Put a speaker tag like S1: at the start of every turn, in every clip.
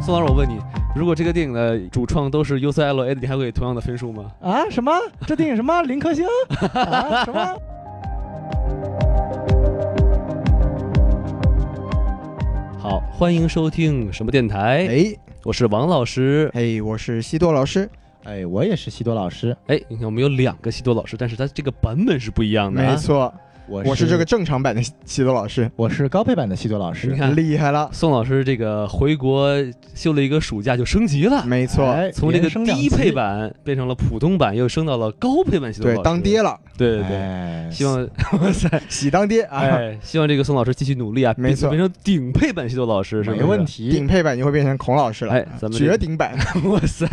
S1: 宋老师，我问你，如果这个电影的主创都是 UCLA 的，你还会给同样的分数吗？
S2: 啊，什么？这电影什 么零颗星？啊，什么？
S1: 好，欢迎收听什么电台？
S3: 哎
S1: 我是王老师。
S3: 嘿，我是西多老师，
S4: 哎，我也是西多老师，
S1: 哎，你看我们有两个西多老师，但是他这个版本是不一样的、
S3: 没
S1: 啊。
S3: 错，
S4: 我
S3: 我是这个正常版的西多老师，
S4: 我是高配版的西多老
S1: 你
S4: 师，
S1: 看，
S3: 厉害了，
S1: 宋老师这个回国休了一个暑假就升级了，
S3: 没错，
S4: 哎
S1: 从这个
S4: 连升两
S1: 低配
S4: 级
S1: 版变成了普通版，又升到了高配版西多老
S3: 对
S1: 师。，
S3: 当爹了，
S1: 对对对。
S4: 哎
S1: 希 望，哇塞，
S3: 喜当爹啊，
S1: 哎， 希望这个宋老师继续努力啊，
S3: 没错
S1: 变成顶配版西多老师是
S4: 没问
S1: 题。
S4: 题
S3: 顶。配版就会变成孔老师了，
S1: 哎，咱们这个
S3: 绝 顶版，
S1: 哇塞，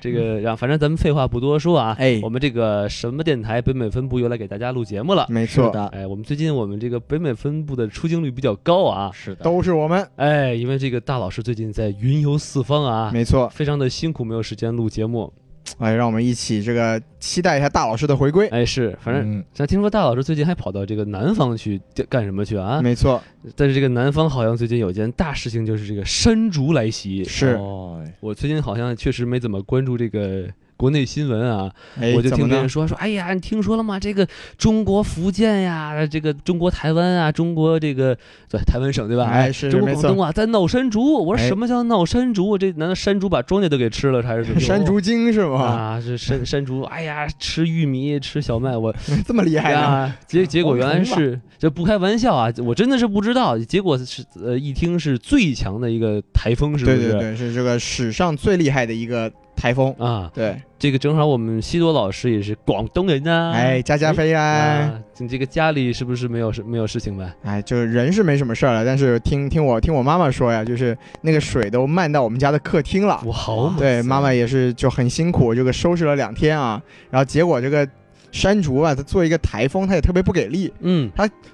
S1: 这个让反正咱们废话不多说啊，
S3: 哎
S1: 我们这个什么电台北美分部又来给大家录节目了。
S3: 没
S4: 是
S3: 错，
S4: 的，
S1: 哎，我们最近我们这个北美分部的出镜率比较高啊，
S4: 是的，
S3: 都是我们，
S1: 哎，因为这个大老师最近在云游四方啊，
S3: 没错，
S1: 非常的辛苦，没有时间录节目。
S3: 哎，让我们一起这个期待一下大老师的回归，
S1: 哎，是，反正
S4: 嗯，
S1: 像听说大老师最近还跑到这个南方去干干什么去啊？
S3: 没错，
S1: 但是这个南方好像最近有件大事情，就是这个山竹来袭。
S3: 是，
S4: 哦
S1: 我最近好像确实没怎么关注这个国内新闻啊，
S3: 哎，
S1: 我就
S3: 怎么
S1: 听别
S3: 呢
S1: 人？说说，哎呀，你听说了吗？这个中国福建呀，这个中国台湾啊，中国这个对台湾省对吧？
S3: 哎是
S1: 中国
S3: 没
S1: 广
S3: 错
S1: 东啊，在闹山竹。我说
S4: 哎
S1: 什么叫闹山竹？这难道山竹把庄稼都给吃了，还是怎么着？
S3: 山竹精是吗？
S1: 啊，是山山竹。哎呀，吃玉米，吃小麦，我
S3: 这么厉害呢？
S1: 呀，结结果原来是这不开玩笑啊，我真的是不知道。结果是呃，一听是最强的一个台风，是不
S3: 对
S1: 是？
S3: 对对，是这个史上最厉害的一个台风，
S1: 啊，
S3: 对，
S1: 这个正好我们西多老师也是广东人啊呐、
S3: 哎，加加菲啊。
S1: 啊，你这个家里是不是没有事没有事情呗？
S3: 哎，就是人是没什么事儿了，但是听听我听我妈妈说呀，就是那个水都漫到我们家的客厅了。
S1: 我好嘛，
S3: 对，妈妈也是就很辛苦，这个收拾了两天啊，然后结果这个山竹啊，它作为一个台风，它也特别不给力，
S1: 嗯，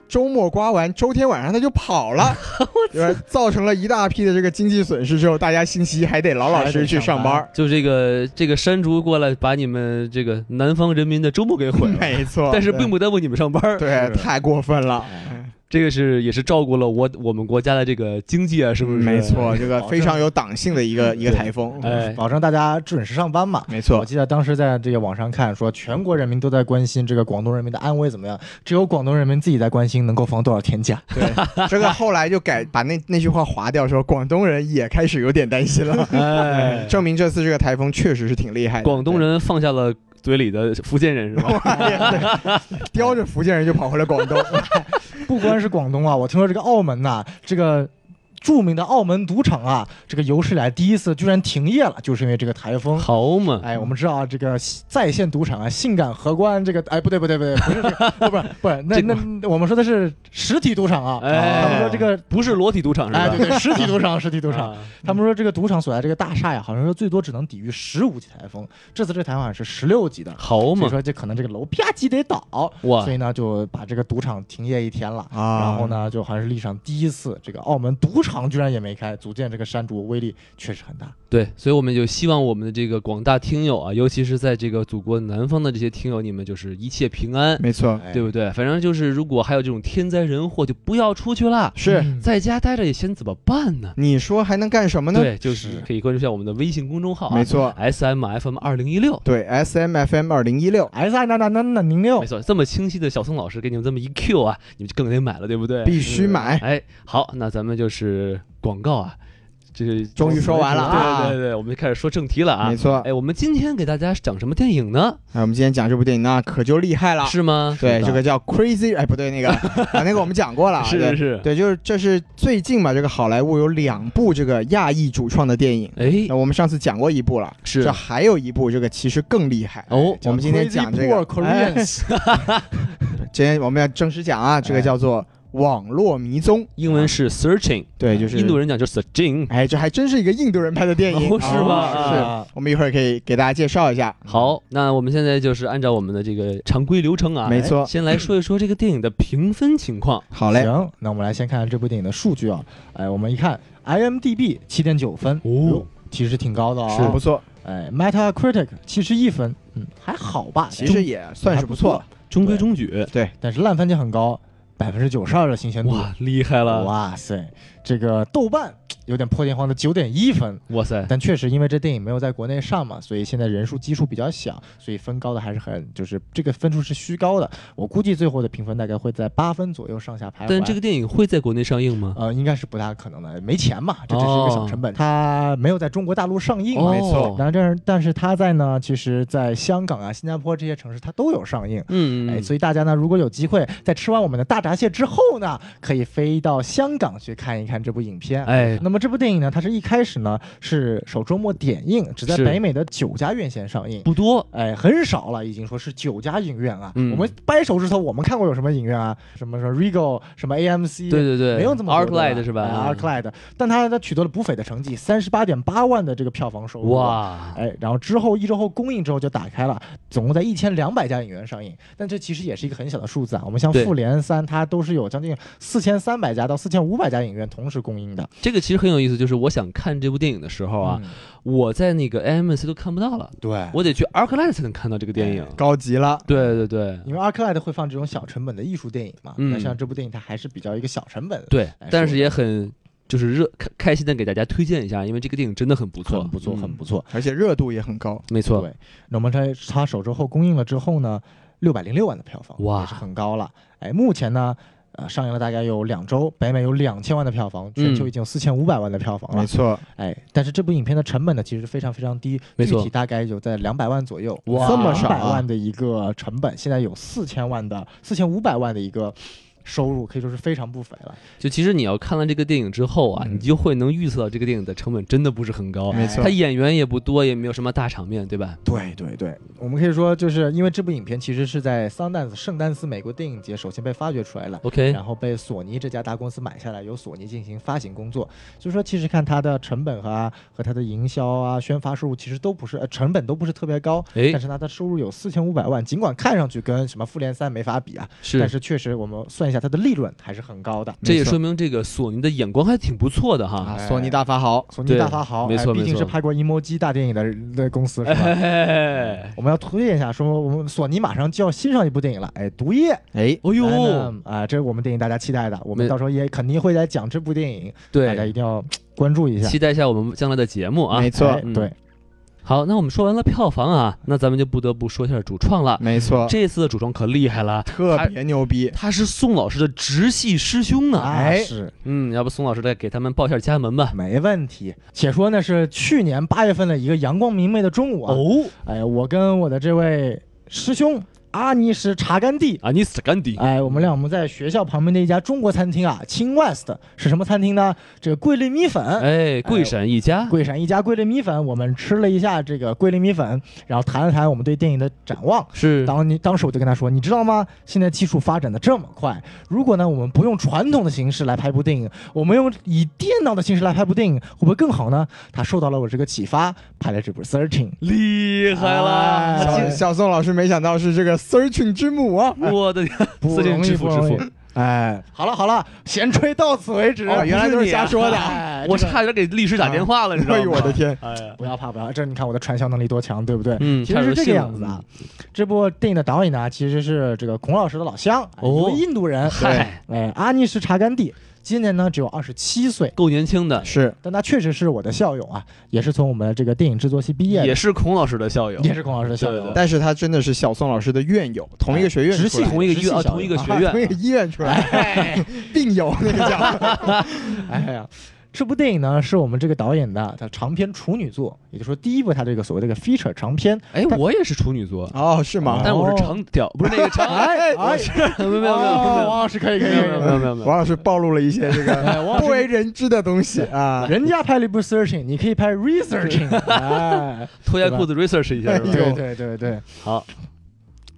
S3: 周末刮完，周天晚上它就跑 了，对吧？造成了一大批的这个经济损失之后，大家星期一还得老老实实去上班。
S1: 就这个这个山竹过来把你们这个南方人民的周末给 毁了。
S3: 没错，
S1: 但是
S3: 对
S1: 并不耽误你们上班儿，
S3: 对，
S4: 是
S3: 太过分了。
S4: 哎
S1: 这个是也是照顾了我我们国家的这个经济啊，是
S4: 嗯
S1: 不是？
S3: 没错，这个
S4: 保证
S3: 非常有党性的一个一个台风。
S1: 哎，。
S4: 保证大家准时上班嘛。
S3: 没错
S4: 我，记得当时在这个网上看，说全国人民都在关心这个广东人民的安危怎么样，只有广东人民自己在关心能够放多少天假。
S3: 对，这个后来就改把那那句话划掉的时候，广东人也开始有点担心了
S1: 哎，
S3: 证明这次这个台风确实是挺厉害的，
S1: 广东人放下了嘴里的福建人是 吧？
S3: 对 叼着福建人就跑回了广东。
S4: 不光是广东啊，我听说这个澳门呐、这个。著名的澳门赌场啊，这个有史以来第一次居然停业了，就是因为这个台风。
S1: 好嘛，
S4: 哎，我们知道啊，这个在线赌场啊，性感荷官这个，哎，不对不对不对，不是这个，不 是不是，那
S1: 这个
S4: 那那我们说的是实体赌场啊，
S1: 哎
S4: 他们说这个，
S1: 不是裸体赌场是吧？
S4: 哎，对对，实体赌场，实体赌 场，
S1: 啊
S4: 他们说这个赌场所在这个大厦啊呀，好像说最多只能抵御十五级台风，这次这台风好像是十六级的，
S1: 好
S4: 所以
S1: 嘛，
S4: 说这可能这个楼啪叽得倒，
S1: 哇
S4: 所，以呢就把这个赌场停业一天了。
S3: 啊
S4: 然后？呢，就好像是历史上第一次，这个澳门赌场居然也没开，足见这个山竹威力确实很大。
S1: 对，所以我们就希望我们的这个广大听友啊，尤其是在这个祖国南方的这些听友，你们就是一切平安，
S3: 没错，
S4: 哎
S1: 对不对？反正就是如果还有这种天灾人祸，就不要出去啦，
S3: 是
S4: 嗯
S1: 在家待着也先怎么办呢？
S3: 你说还能干什么呢？
S1: 对，就是
S4: 是
S1: 可以关注一下我们的微信公众号、啊，
S3: 没错，哦
S1: ，S M F M 二零一六。
S3: 对，S M F M 二零一六
S4: 哎 S I 那那那那零六
S1: 没，
S3: 哎
S1: 错，这么清晰的小宋老师给你们这么一 Q 啊，你们就更得买了，对不对？
S3: 必须买。
S1: 哎，好，那咱们就是广告啊，这
S3: 终于说完了啊
S1: 对对对，我们就开始说正题了啊
S3: 没。错，
S1: 哎，我们今天给大家讲什么电影呢？
S3: 哎，我们今天讲这部电影呢，可就厉害了。
S1: 是吗？
S3: 啊对，
S4: 是的
S3: 这个叫 Crazy，哎，不 对，那个啊，那个我们讲过了啊。
S1: 是
S3: 对
S1: 是是。
S3: 对，就是这是最近吧，这个好莱坞有两部这个亚裔主创的电影。
S1: 哎
S3: 那，我们上次讲过一部了，
S1: 是
S3: 这还有一部这个其实更厉害
S1: 哦
S3: 我们今天讲这个
S4: Crazy Poor Koreans，
S3: 今天我们要正式讲啊，这个叫做网络迷踪，啊
S1: 英文是 searching，
S3: 对，就是
S1: 印度。人讲就是 searching。
S3: 哎，这还真是一个印度人拍的电影，
S1: 哦是
S3: 啊
S1: 吗
S3: 是
S4: 啊
S3: 我们一会儿可以给大家介绍一下。
S1: 好，那我们现在就是按照我们的这个常规流程啊，
S3: 没错
S1: 哎先来说一说这个电影的评分情况。
S3: 好嘞，
S4: 行，那我们来先看看这部电影的数据啊。哎，我们一看，IMDB 七点九分，
S1: 哦，
S4: 其实挺高的啊、
S3: 是不错，
S4: 哎，Metacritic 七十一分，嗯，还好吧，
S3: 其实
S4: 中
S3: 也算是不错了。
S1: 中规中矩，
S4: 但是烂番茄很高，百分之九十二的新鲜度。
S1: 哇，厉害了！
S4: 哇塞，这个豆瓣有点破天荒的九点一分。
S1: 哇塞，
S4: 但确实因为这电影没有在国内上嘛，所以现在人数基数比较小，所以分高的还是很就是这个分数是虚高的。我估计最后的评分大概会在八分左右上下徘徊。
S1: 但这个电影会在国内上映吗？
S4: 呃，应该是不大可能的，没钱嘛，这只是一个小成本，它没有在中国大陆上映嘛。
S3: 没错
S1: 哦
S4: 然后这是，但是它在呢，其实在香港啊、新加坡这些城市，它都有上映。
S1: 嗯，
S4: 哎，
S1: 嗯
S4: 所以大家呢，如果有机会在吃完我们的大闸蟹之后呢，可以飞到香港去看一看这部影片。嗯
S1: 哎，
S4: 那么这部电影呢，它是一开始呢是首周末点映，只在
S1: 是
S4: 北美的九家院线上映。
S1: 不多，
S4: 哎，很少了，已经说是九家影院啊。
S1: 嗯
S4: 我们掰手指头，我们看过有什么影院啊？什么什么 Regal，什么 AMC，
S1: 对对对，
S4: 没有这么
S1: a r
S4: 多
S1: c
S4: 的
S1: l i g h 是吧
S4: 哎 Arclight，但它它取得了不菲的成绩，三十八点八万的这个票房收入。！
S1: 哇，
S4: 哎，然后之后一周后公映之后就打开了，总共在一千两百家影院上映，但这其实也是一个很小的数字啊。我们像
S1: 对
S4: 《复联三》，它都是有将近四千三百家到四千五百家影院同时公映的。
S1: 这个其实很有意思，就是我想看这部电影的时候啊，
S4: 嗯，
S1: 我在那个 AMC 都看不到了，
S4: 对，
S1: 我得去 ArcLight 才能看到这个电影。
S3: 高级了，
S1: 对对对
S4: 因为 Arclight 会放这种小成本的艺术电影嘛，
S1: 嗯
S4: 那像这部电影它还是比较一个小成本的，
S1: 对
S4: 哎，
S1: 但
S4: 是
S1: 是也很就是热开开心的给大家推荐一下，因为这个电影真的很不错
S4: 很，不错，
S3: 嗯
S4: 很不错。
S3: 而且热度也很高。
S1: 没错，
S4: 对，那我们在它首周后公映了之后呢，六百零六万的票房，
S1: 哇
S4: 也是很高了。哎，目前呢，呃，上映了大概有两周，北美有两千万的票房，全球
S1: 嗯
S4: 已经四千五百万的票房了。
S3: 没错，
S4: 哎，但是这部影片的成本呢，其实非常非常低，
S1: 没错
S4: 具体大概有在两百万左右，
S1: 哇
S3: 这么
S4: 两
S3: 少
S4: 百
S3: 啊
S4: 万的一个成本，现在有四千万的四千五百万的一个收入，可以说是非常不菲了。
S1: 就其实你要看了这个电影之后啊，
S4: 嗯
S1: 你就会能预测到这个电影的成本真的不是很高，
S3: 没错
S1: 它演员也不多，也没有什么大场面，对吧？
S4: 对对对，我们可以说，就是因为这部影片其实是在桑丹斯圣丹斯美国电影节首先被发掘出来了。
S1: OK，
S4: 然后被索尼这家大公司买下来，由索尼进行发行工作。所以说，其实看它的成本和啊和它的营销啊、宣发收入，其实都不是、呃、成本都不是特别高，但
S1: 哎，
S4: 是它的收入有四千五百万，尽管看上去跟什么《复联三》没法比啊，
S1: 是
S4: 但。是确实我们算一下它的利润还是很高的。
S1: 这也
S3: 没错啊
S1: 说明这个索尼的眼光还挺不错的哈，
S4: 哎
S3: 索尼大法好，
S4: 索尼
S1: 对
S4: 大发豪，
S1: 没错
S4: 哎
S1: 没
S4: 毕竟
S1: 错
S4: 是拍过《阴谋机》大电影的的公司 是吧？
S1: 哎，
S4: 我们要推荐一下，说我们索尼马上就要新上一部电影了，哎，《毒液》
S3: 哎，
S1: 哦
S4: 来呢
S1: 呦，
S4: 啊、这是我们电影大家期待的，我们
S1: 没
S4: 到时候也肯定会来讲这部电影，大家一
S1: 对，
S4: 定要嘖关注一下。
S1: 期待一下我们将来的节目啊
S3: 没。错
S4: 哎，
S1: 嗯
S4: 对，
S1: 好，那我们说完了票房啊，那咱们就不得不说一下主创了。
S3: 没错，
S1: 这次的主创可厉害了，
S3: 特别牛逼，
S1: 他是宋老师的直系师兄呢。
S4: 啊
S3: 哎
S4: 是
S1: 嗯，要不宋老师再给他们报一下家门吧？
S4: 没问题。且说呢是去年八月份的一个阳光明媚的中午啊，
S1: 哦，
S4: 哎，我跟我的这位师兄阿尼什查甘地。
S1: 啊，你死干迪，
S4: 哎，我们俩我们在学校旁边的一家中国餐厅啊，清 West 是什么餐厅呢？这个桂林米粉，
S1: 哎，贵省一家，
S4: 桂山一家桂林米粉，我们吃了一下这个桂林米粉，然后谈了谈我们对电影的展望。
S1: 是
S4: 当你当时我就跟他说，你知道吗？现在技术发展的这么快，如果呢我们不用传统的形式来拍部电影，我们用以电脑的形式来拍部电影，会不会更好呢？他受到了我这个启发，拍了这部《Searching》。
S1: 厉害
S4: 哎
S1: 了，
S3: 小
S4: 哎
S3: 小宋老师没想到是这个 searching 之母啊，
S1: 我的天，
S4: 不
S1: 四
S4: 容
S1: 令
S4: 易，
S1: 之父
S4: 不
S1: 之
S4: 容易
S1: 父，。
S4: 哎，好了好了，闲吹到此为止。
S3: 哦，原来都是瞎说的。
S4: 哎
S1: 我
S4: 这个啊
S1: 差点给律师打电话了，你知道
S3: 哎呦
S1: 吗？
S3: 我的天，
S1: 哎呀，
S4: 不要怕，不要，这你看我的传销能力多强，对不对？
S1: 嗯
S4: 其实是这个样子
S1: 差
S4: 啊。这部电影的导演呢，其实是这个孔老师的老乡，哎
S1: 哦
S4: 一位印度人，
S1: 嗨，
S4: 哎，阿尼什查甘地，今年呢只有二十七岁，
S1: 够年轻的，
S3: 是
S4: 但他确实是我的校友啊，也是从我们这个电影制作系毕业的，
S1: 也是孔老师的校友，
S4: 也是孔老师的校
S1: 对
S4: 友
S1: 对，
S3: 但是他真的是小宋老师的院友，同一个学院
S4: 直
S3: 出
S4: 系
S3: 来
S1: 同一个
S4: 直系
S1: 院啊
S4: 校友
S1: 同一个
S4: 啊
S1: 学院
S3: 的，同一个医院出来， 病友那个叫，
S4: 哎呀，这部电影呢是我们这个导演的他长篇处女作，也就是说第一部他这个所谓这个 feature 长篇。
S1: 哎，
S4: 但
S1: 我也是处女座，
S4: 啊
S3: 哦，是吗？
S1: 但我是长屌，不是那个 长，
S4: 哎哎，
S1: 没有没有没
S4: 哦
S1: 有
S4: 哦，是可以可以
S1: 没
S4: 可
S1: 有
S4: 以
S1: 没有
S4: 可
S1: 没
S4: 以。
S1: 有没有没有，
S3: 王老师暴露了一些这 个
S4: 哎，王
S3: 不为人知的东西啊，
S4: 人家拍了一部 searching，你可以拍 researching，哎，
S1: 脱下裤子 research 一下 是吧？
S4: 对对对对。
S1: 好，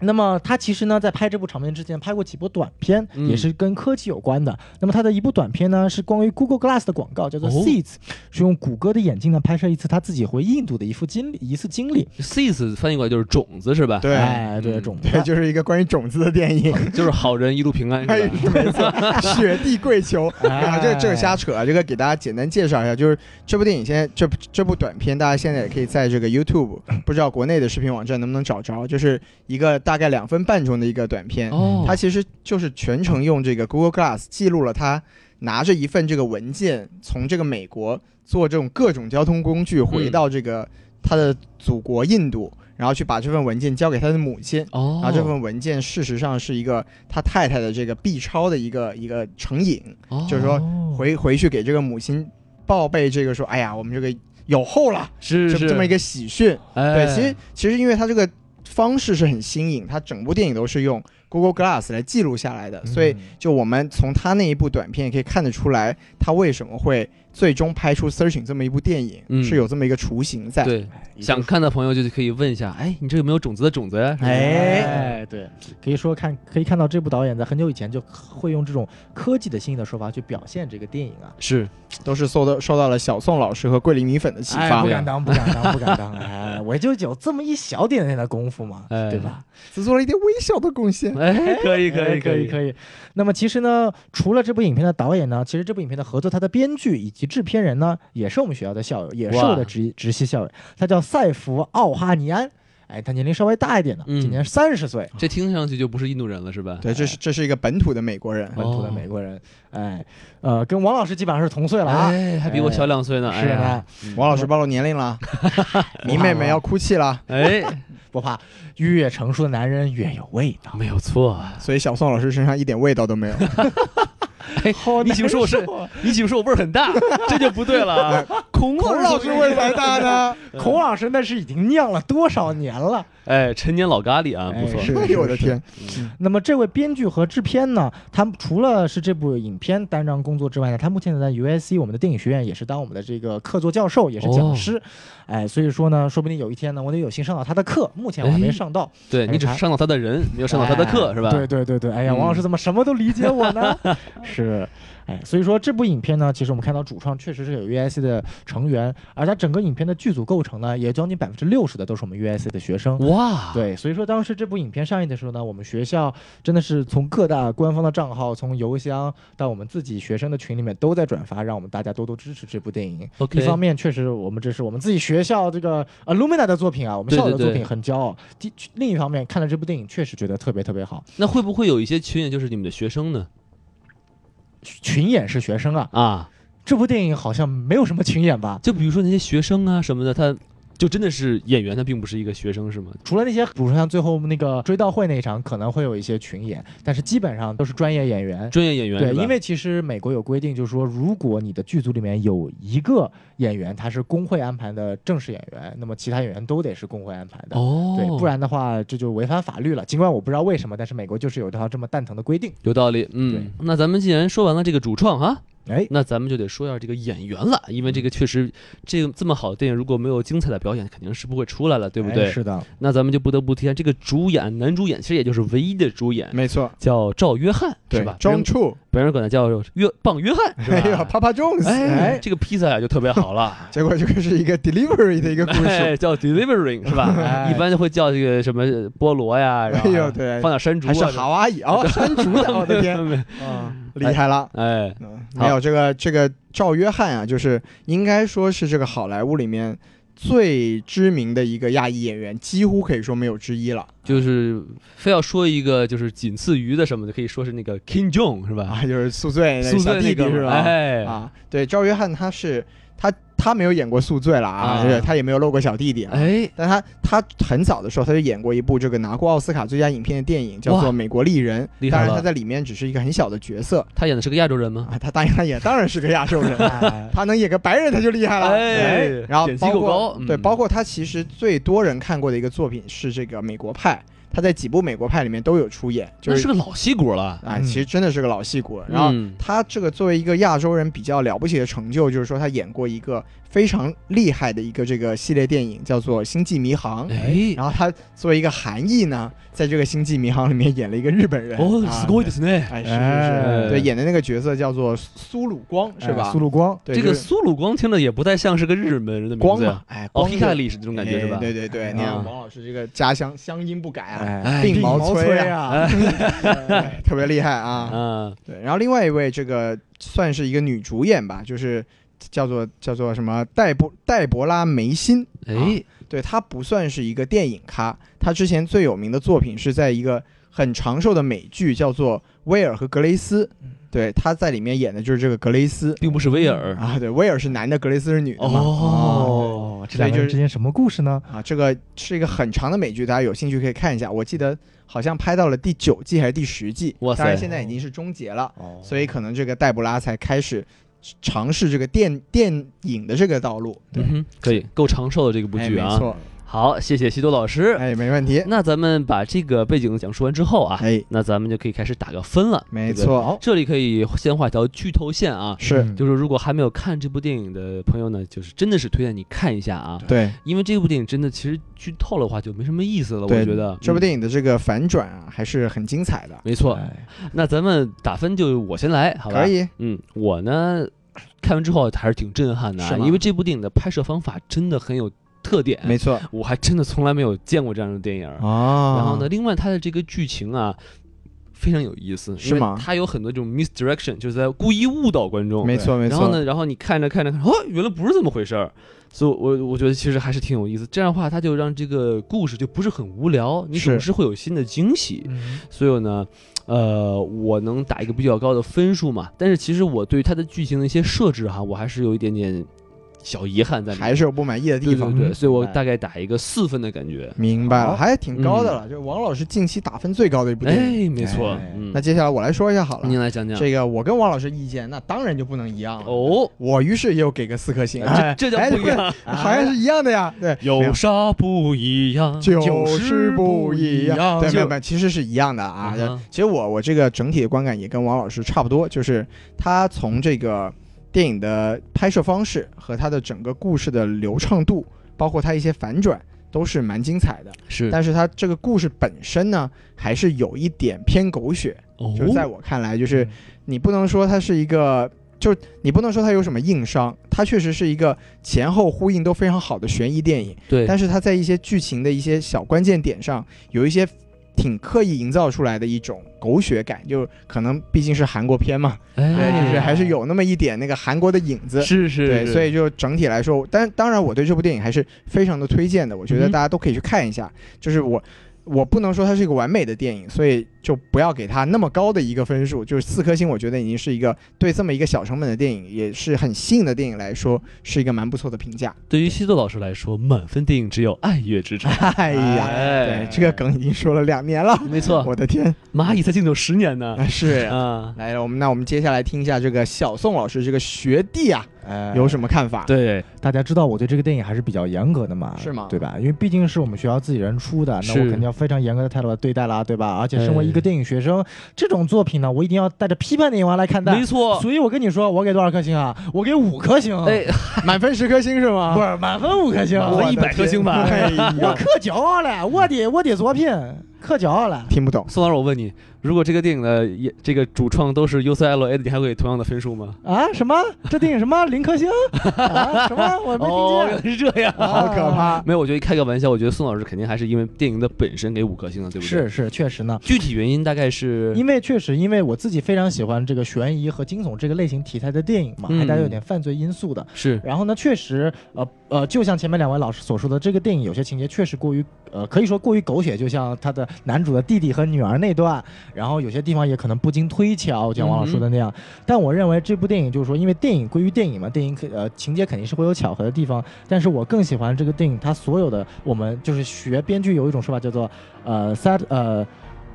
S4: 那么他其实呢，在拍这部长片之前，拍过几部短片，
S1: 嗯
S4: 也是跟科技有关的。那么他的一部短片呢，是关于 Google Glass 的广告，叫做
S1: 哦
S4: Seeds，、是用谷歌的眼镜呢拍摄一次他自己回印度的一幅经历，一次经历。
S1: seeds 翻译过来就是种子是吧？
S3: 对
S4: 哎，对，
S1: 嗯
S4: 种子
S3: 对，就是一个关于种子的电影。
S1: 就是好人一路平 安是吧
S3: 哎，是没错，雪地跪求。啊，这这
S1: 哎
S3: 个
S4: 哦
S3: 瞎扯啊，这个给大家简单介绍一下，就是这部电影现在这这部短片，大家现在也可以在这个 YouTube，不知
S1: 嗯
S3: 道国内的视频网站能不能找着，就是一个大概两分半钟的一个短片，
S1: 哦，
S3: 它其实就是全程用这个 Google Glass 记录了它拿着一份这个文件，从这个美国坐这种各种交通工具
S1: 嗯
S3: 回到这个他的祖国印度，然后去把这份文件交给他的母亲。
S1: 哦
S3: 然后这份文件事实上是一个他太太的这个 B 超的一个一个成瘾，
S1: 哦
S3: 就是说
S4: 嗯
S3: 回回去给这个母亲报备这个说，哎呀，我们这个有后了，
S1: 是
S3: 这
S1: 是
S3: 这么一个喜讯。
S1: 哎
S3: 对，其实其实因为它这个方式是很新颖，它整部电影都是用 Google Glass 来记录下来
S4: 嗯
S3: 的，所以就我们从他那一部短片也可以看得出来，他为什么会最终拍出《Searching》这么一部电影，
S1: 嗯
S3: 是有这么一个雏形在。，
S1: 对，想看的朋友就可以问一下，哎，你这有没有种子的种子啊 呀？是吧
S3: 哎，
S4: 哎，对，可以说看可以看到这部导演在很久以前就会用这种科技的新的手法去表现这个电影啊。
S1: 是
S3: 都是受到受到了小宋老师和桂林米粉的启
S4: 哎，
S3: 发
S4: 不。敢当，不敢当，不敢当！哎，我就有这么一小点点的功夫嘛，
S1: 哎
S4: 对吧？
S3: 只做了一点微小的贡献。
S1: 哎，可以可
S4: 哎
S1: 以
S4: 可
S1: 以以，
S4: 可以。那么其实呢，除了这部影片的导演呢，其实这部影片的合作，他的编剧以及制片人呢，也是我们学校的校友，也是
S1: 哇
S4: 我的直直系校友。他叫塞弗·奥哈尼安，哎，他年龄稍微大一点的，
S1: 嗯
S4: 今年三十岁，
S1: 这听上去就不是印度人了，是吧？
S3: 对，这是这是一个本土的美国人。
S4: 本土的
S1: 哦
S4: 美国人，哎，呃，跟王老师基本上是同岁了啊。
S1: 哎，还比我小两岁呢，
S4: 是
S1: 哎呀
S4: 的，，
S3: 嗯王老师暴露年 龄了，你妹妹要哭泣了，
S1: 哎，
S4: 不怕，越成熟的男人越有味道。
S1: 没有错啊，
S3: 所以小宋老师身上一点味道都 没有。
S1: 哎，你请说我是，
S3: 啊
S1: 你请说我味儿很大，这就不对了啊。 孔
S3: 孔老师味才大
S1: 嗯
S3: 呢？
S4: 孔老师那是已经酿了多少年了？
S1: 哎，陈年老咖喱啊，不错
S4: 哎。是
S3: 哎呦我的天！
S1: 嗯
S4: 那么这位编剧和制片呢，他们除了是这部影片担当工作之外呢，他目前在 USC 我们的电影学院也是当我们的这个客座教授，也是
S1: 哦
S4: 讲师。哎，所以说呢，说不定有一天呢，我得有幸上到他的课。目前我还没
S1: 哎
S4: 上到，
S1: 对你只是上到他的人，没有上到他的
S3: 哎
S1: 课，是吧？
S4: 哎对对对对，哎呀，
S1: 嗯
S4: 王老师怎么什么都理解我 呢？是，哎，所以说这部影片呢，其实我们看到主创确实是有 UIC 的成员，而它整个影片的剧组构成呢，也将近百分之六十的都是我们 UIC 的学生。
S1: 哇，
S4: 对，所以说当时这部影片上映的时候呢，我们学校真的是从各大官方的账号，从邮箱到我们自己学生的群里面都在转发，让我们大家多多支持这部电影。
S1: OK
S4: 一方面确实我们这是我们自己学校这个 alumni 的作品啊，我们
S1: 对
S4: 校友
S1: 对
S4: 的作
S1: 对
S4: 品很骄傲。第另一方面看了这部电影，确实觉得特别特别好。
S1: 那会不会有一些群演就是你们的学生呢？
S4: 群演是学生啊，
S1: 啊，
S4: 这部电影好像没有什么群演吧？
S1: 就比如说那些学生啊什么的，他就真的是演员，他并不是一个学生，是吗？
S4: 除了那些，比如说像最后那个追悼会那一场，可能会有一些群演，但是基本上都是专业演员。
S1: 专业演员
S4: 对，
S1: 是吧
S4: 因为其实美国有规定，就是说，如果你的剧组里面有一个演员他是工会安排的正式演员，那么其他演员都得是工会安排的。
S1: 哦，
S4: 对，不然的话这就违反法律了。尽管我不知道为什么，但是美国就是有一条这么蛋疼的规定。
S1: 有道理。嗯，那咱们既然说完了这个主创啊，
S4: 哎，
S1: 那咱们就得说一下这个演员了，因为这个确实，这个这么好的电影如果没有精彩的表演，肯定是不会出来了，对不对？
S4: 哎是的，
S1: 那咱们就不得不提一下这个主演，男主演其实也就是唯一的主
S4: 嗯
S1: 演，
S3: 没错，
S1: 叫赵约翰，
S3: 对
S1: 是吧？别
S3: ，John
S1: 人
S3: Chu，
S1: 别人管他叫约棒约翰，是
S3: 哎呀
S1: 吧？
S3: ，Papa Jones，
S1: 哎，
S3: 哎，。
S1: 这个披萨呀就特别好了
S3: 结果就是一个 delivery 的一个故事，
S1: 哎， 叫 delivering 是吧？
S4: 哎
S1: 一般就会叫这个什么菠萝呀，然
S3: 哎呦，
S1: 后
S3: 对，
S1: 放点山竹
S3: 还
S1: 啊
S3: 是
S1: 什么的，
S3: 夏娃伊哦，山竹的，我的天，
S1: 天！
S3: 厉害了。
S1: 哎，
S3: 嗯
S1: 好
S3: 没有这个这个赵约翰啊，就是应该说是这个好莱坞里面最知名的一个亚裔演员，几乎可以说没有之一了。
S1: 就是非要说一个就是仅次于的什么的，可以说是那个 King Jong 是吧？
S3: 啊，就是宿醉那
S1: 宿
S3: 小
S1: 醉
S3: 弟
S1: 那
S3: 弟
S1: 个
S3: 是吧？
S1: 哎，
S3: 啊，对，赵约翰他是他他没有演过宿醉了啊，
S1: 啊
S3: 对他也没有露过小弟弟啊。
S1: 哎，
S3: 但他他很早的时候，他就演过一部这个拿过奥斯卡最佳影片的电影，叫做
S1: 哇
S3: 《美国丽人
S1: 厉》。害
S3: 当
S1: 了嗯
S3: 然，他在里面只是一个很小的角色
S1: 他演的是个亚洲人吗？
S3: 啊。他当然演当然是个亚洲人，
S4: 哎
S3: 他能演个白人他就厉害了。
S1: 哎
S3: 然后
S1: 演技
S3: 包
S1: 够
S3: 括
S1: 高嗯
S3: 对，包括他其实最多人看过的一个作品是这个《美国派》，他在几部《美国派》里面都有出演，就
S1: 那
S3: 是
S1: 是个老戏骨了。
S3: 啊，
S4: 嗯
S3: 其实真的是个老戏骨。然后
S1: 嗯
S3: 他这个作为一个亚洲人比较了不起的成就，就是说他演过一个非常厉害的一个这个系列电影，叫做《星际迷航》。
S1: 哎，
S3: 然后他作为一个韩裔呢，在这个《星际迷航》里面演了一个日本人。
S1: 哦，
S3: 啊
S1: すごいですね。
S3: 哎，是
S4: 哎
S3: 是是，对，演的那个角色叫做苏鲁光，是吧？
S4: 哎苏鲁光，
S3: 对
S1: 这个
S3: 就是
S1: 苏鲁光听着也不太像是个日本人的名
S3: 光
S1: 字
S3: 嘛
S1: 呀，，
S3: 哎，
S1: 哦，
S3: 光
S1: 皮
S3: 就
S1: 卡里是这种感觉是吧
S3: 哎？对对对，你
S1: 啊
S3: 看王老师这个家乡乡音不改啊，
S4: 哎
S3: 鬓毛
S4: 催
S3: 啊，
S4: 啊，
S3: 哎特别厉害啊。
S1: 啊，
S3: 对，然后另外一位这个算是一个女主演吧，就是叫做叫做什么黛博黛博拉梅辛，啊
S1: 哎，
S3: 对她不算是一个电影咖，她之前
S1: 嗯
S3: 最有名的作品是在一个很长寿的美剧叫做《威尔和格雷斯》对，他在里面演的就是这个格雷斯
S1: 并不是威尔。
S3: 啊，对，威尔是男的，格雷斯是女的嘛。
S1: 哦
S4: 哦，这两个人之间什么故事呢？
S3: 啊，这个是一个很长的美剧，大家有兴趣可以看一下。我记得好像拍到了第九季还是第十季，
S1: 哇塞
S3: 当然现在已经是终结了，
S4: 哦
S3: 所以可能这个黛布拉才开始尝试这个电电影的这个道路。对
S1: 嗯，哼，可以够长寿的这个部
S3: 哎
S1: 剧
S3: 没
S1: 啊。
S3: 错，
S1: 好，谢谢西多老师。
S3: 哎，没问题。
S1: 那咱们把这个背景讲述完之后啊，
S3: 哎，
S1: 那咱们就可以开始打个分了。对
S3: 没
S1: 不对，
S3: 错，
S1: 这里可以先画一条剧透线啊。
S3: 是
S4: 嗯
S1: 就是如果还没有看这部电影的朋友呢，就是真的是推荐你看一下啊，
S3: 对
S1: 因为这部电影真的其实剧透了的话就没什么意思了，我
S3: 对
S1: 觉得
S3: 这部
S1: 影、
S3: 电影的这个反转啊，还是很精彩的
S1: 嗯。没错。
S4: 哎
S1: 那咱们打分就我先来，好吧？
S3: 可。以，
S1: 嗯，我呢看完之后还是挺震撼的、啊
S3: 是，吗
S1: 因为这部电影的拍摄方法真的很有特点，
S3: 没错。
S1: 我还真的从来没有见过这样的电影儿。
S3: 哦
S1: 啊然后呢，？另外它的这个剧情啊。非常有意思，
S3: 是吗
S1: 因为它有很多这种 misdirection，就是在故意误导观众。
S3: 哦没错，没
S1: 然
S3: 错。
S1: 后呢，然后你看着看着看着，哦，原来不是这么回事儿，所以我我觉得其实还是挺有意思。这样的话，它就让这个故事就不是很无聊，你总
S3: 是
S1: 是会有新的惊喜。
S4: 嗯
S1: 所以呢，呃，我能打一个比较高的分数嘛。但是其实我对它的剧情的一些设置哈，我还是有一点点小遗憾在里面。
S3: 还是有不满意的地
S1: 对
S3: 方
S1: 对。对，所以我大概打一个四分的感觉。
S3: 明白了，
S4: 好
S3: 还挺高的了，就是王老师近期打分最高的一部电影。
S1: 嗯哎，没错
S4: 哎，
S1: 嗯
S3: 那，接下来我来说一下好了
S1: 您，来讲讲
S3: 这个我跟王老师意见那当然就不能一样了。
S1: 哦，
S3: 我于是又给个四颗星，
S1: 这这叫
S3: 哎
S1: 不一 样，
S3: 哎 好像是一样的呀，对，没
S1: 有啥不一样？
S3: 就是不一样，对，
S1: 哦就
S3: 没有没有，其实是一样的啊。
S1: 嗯哼
S3: 其实我我这个整体的观感也跟王老师差不多，就是他从这个电影的拍摄方式和他的整个故事的流畅度，包括他一些反转，都是蛮精彩的。
S1: 是
S3: 但是他这个故事本身呢，还是有一点偏狗血，
S1: 哦，
S3: 就是在我看来，就是你不能说它是一个，就是你不能说它有什么硬伤，它确实是一个前后呼应都非常好的悬疑电影。
S1: 对，
S3: 但是它在一些剧情的一些小关键点上，有一些挺刻意营造出来的一种狗血感，就可能毕竟是韩国片嘛，对，就是
S1: 哎，
S3: 还是有那么一点那个韩国的影子。
S1: 是是，
S3: 对，
S1: 是
S3: 所以就整体来说，但当然我对这部电影还是非常的推荐的，我觉得
S1: 嗯
S3: 大家都可以去看一下。就是我我不能说它是一个完美的电影，所以就不要给它那么高的一个分数，就是四颗星，我觉得已经是一个对这么一个小成本的电影，也是很新颖的电影来说，是一个蛮不错的评价。
S1: 对于西多老师来说，满分电影只有《爱乐之城》。
S3: 哎呀，
S1: 哎
S3: 对，，这个梗已经说了两年了，
S1: 没错，
S3: 我的天，
S1: 蚂蚁才进走十年呢。
S3: 哎是哦啊。
S1: 啊，
S3: 来，我们那我们接下来听一下这个小宋老师这个学弟啊
S4: 哎
S3: 有什么看法？
S1: 对，
S4: 大家知道我对这个电影还是比较严格的嘛，
S3: 是吗
S4: 对吧？因为毕竟是我们学校自己人出的，那
S1: 是哎
S4: 我肯定要非常严格的态度来对待啦，对吧？而且身为一个电影学生，这种作品呢，我一定要带着批判的眼光来看待
S1: 没。错。
S4: 所以我跟你说，我给多少颗星啊？我给五颗星，
S1: 哦
S4: 啊
S1: 哎，
S3: 满分十颗星是吗？
S4: 不是满分五颗星，
S1: 满分一百颗星吧。
S3: 哎呀
S4: 我可骄傲了，我的我的作品可骄傲了。
S3: 听不懂。
S1: 宋老师，我问你，如果这个电影的也这个主创都是 UCLA 的，你还会给同样的分数吗？
S4: 啊，什么？这电影什么零颗星？啊，什么？我没
S1: 哦，原
S4: 听见。啊
S1: 来是这样。
S3: 好可怕！
S1: 没有，我觉得开个玩笑，我觉得宋老师肯定还是因为电影的本身给五颗星的，对不对？
S4: 是。是，确实呢。
S1: 具体原因大概是
S4: 因为确实，因为我自己非常喜欢这个悬疑和惊悚这个类型题材的电影嘛，
S1: 嗯
S4: 还带有点犯罪因素的。
S1: 是
S4: 然后呢，确实，呃呃，就像前面两位老师所说的，这个电影有些情节确实过于，呃，可以说过于狗血，就像他的男主的弟弟和女儿那段，然后有些地方也可能不经推敲，就像王老师说的那样。但我认为这部电影就是说，因为电影归于电影嘛，电影可呃情节肯定是会有巧合的地方，但是我更喜欢这个电影它所有的，我们就是学编剧有一种说法叫做，呃 set 呃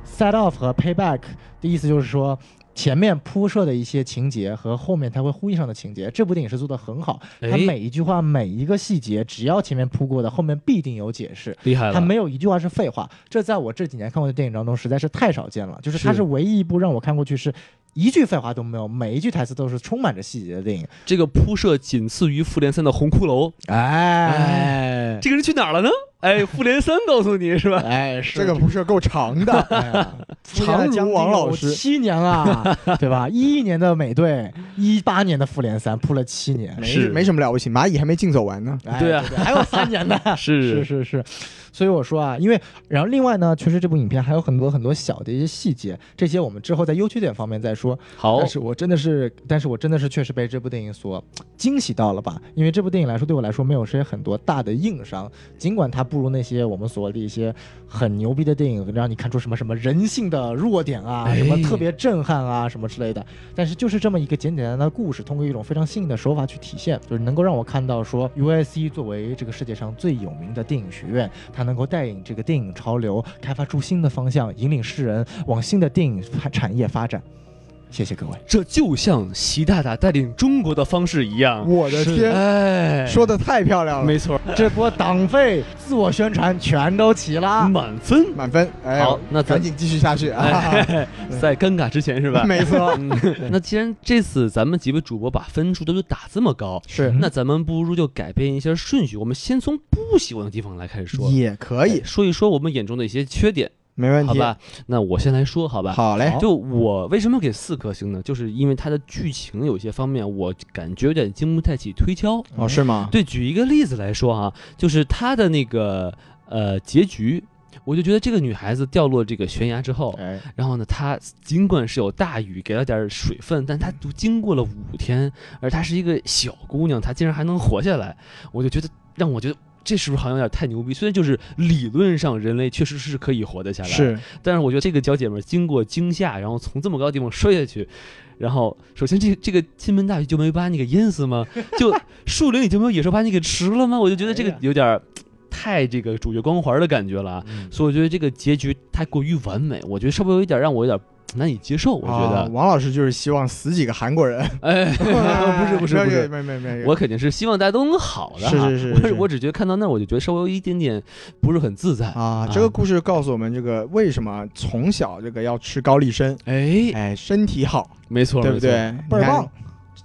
S4: set off 和 payback 的意思就是说。前面铺设的一些情节和后面它会呼应上的情节，这部电影是做得很好。它
S1: 哎
S4: 每一句话、每一个细节，只要前面铺过的，后面必定有解释。
S1: 厉害
S4: 它
S1: 了。
S4: 没有一句话是废话，这在我这几年看过的电影当中实在是太少见了。就是它
S1: 是
S4: 是唯一一部让我看过去是一句废话都没有，每一句台词都是充满着细节的电影。
S1: 这个铺设仅次于《复联三》的红骷髅，
S4: 哎
S3: 哎
S1: 这个人去哪儿了呢？哎，《复联三》告诉你是吧？
S4: 哎，是
S3: 这个不是够长 的，
S4: 哎 呀
S3: 长如王老师
S4: 有七年了， 对吧？一一年的美队，一八年的复联三铺了七年，
S1: 是
S3: 没没什么了不起，蚂蚁还没竞走完呢。
S4: 哎
S1: 对啊
S4: 还有三年呢。 是
S1: 是
S4: 是是，所以我说啊，因为然后另外呢，确实这部影片还有很多很多小的一些细节，这些我们之后在优缺点方面再说。
S1: 好
S4: 但，是我真的是，但是我真的是确实被这部电影所惊喜到了吧？因为这部电影来说，对我来说没有这些很多大的硬伤，尽管它不如那些我们所谓的一些很牛逼的电影，让你看出什么什么人性的弱点啊，
S1: 哎
S4: 什么特别震撼啊，什么之类的。但是就是这么一个简简单单的故事，通过一种非常新颖的手法去体现，就是能够让我看到说，UIC 作为这个世界上最有名的电影学院，它能够带领这个电影潮流，开发出新的方向，引领世人往新的电影发产业发展。谢谢各位。
S1: 这就像习大大带领中国的方式一样。
S3: 我的天，
S1: 哎，
S3: 说的太漂亮了，
S1: 啊没错，
S4: 这波党费、自我宣传全都齐了。
S1: 满分。
S3: 满分。哎，
S1: 好，那咱
S3: 赶紧继续下去啊！
S1: 哎，在尴尬之前是吧？
S3: 没错，
S1: 嗯那既然这次咱们几位主播把分数都就打这么高，
S3: 是
S4: 嗯
S1: 那咱们不如就改变一下顺序，我们先从不喜欢的地方来开始说，哎
S3: 也可以，
S1: 说一说我们眼中的一些缺点，
S3: 没问
S1: 好
S3: 题。
S1: 吧？那我先来说，好吧？
S3: 好嘞，
S1: 就我为什么给四颗星呢？就是因为它的剧情有些方面，我感觉有点经不太起推敲。
S3: 哦，是吗？
S1: 对，举一个例子来说哈、就是它的那个呃结局，我就觉得这个女孩子掉落这个悬崖之后，
S3: 哎，
S1: 然后呢，她尽管是有大雨给了点儿水分，但她都经过了五天，而她是一个小姑娘，她竟然还能活下来，我就觉得让我觉得这是不是好像有点太牛逼？虽然就是理论上人类确实是可以活得下来，，
S3: 是
S1: 但是我觉得这个小姐妹经过惊吓，然后从这么高的地方摔下去，然后首先这这个倾盆大雨就没把你给淹死吗？ 就树林里就没有野兽把你给吃了吗？我就觉得这
S2: 哎
S1: 个
S2: 呀
S1: 有点儿太这个主角光环的感觉了啊。所以我觉得这个结局太过于完美，我觉得稍微有一点让我有点难以接受。我觉
S3: 啊
S1: 得，
S3: 王老师就是希望死几个韩国人，
S1: 哎， 不是不是不是，
S3: 没有没有没有没有，
S1: 我肯定是希望大家都能好的哈。
S3: 是是是
S1: 我
S3: 是
S1: 我只觉得看到那儿我就觉得稍微有一点点不是很自在。
S3: 啊，这个故事告诉我们这个为什么从小这个要吃高丽参，
S1: 哎，
S3: 哎，身体好，
S1: 没错，
S3: 对不
S1: 没错？
S3: 对？
S4: 倍儿棒。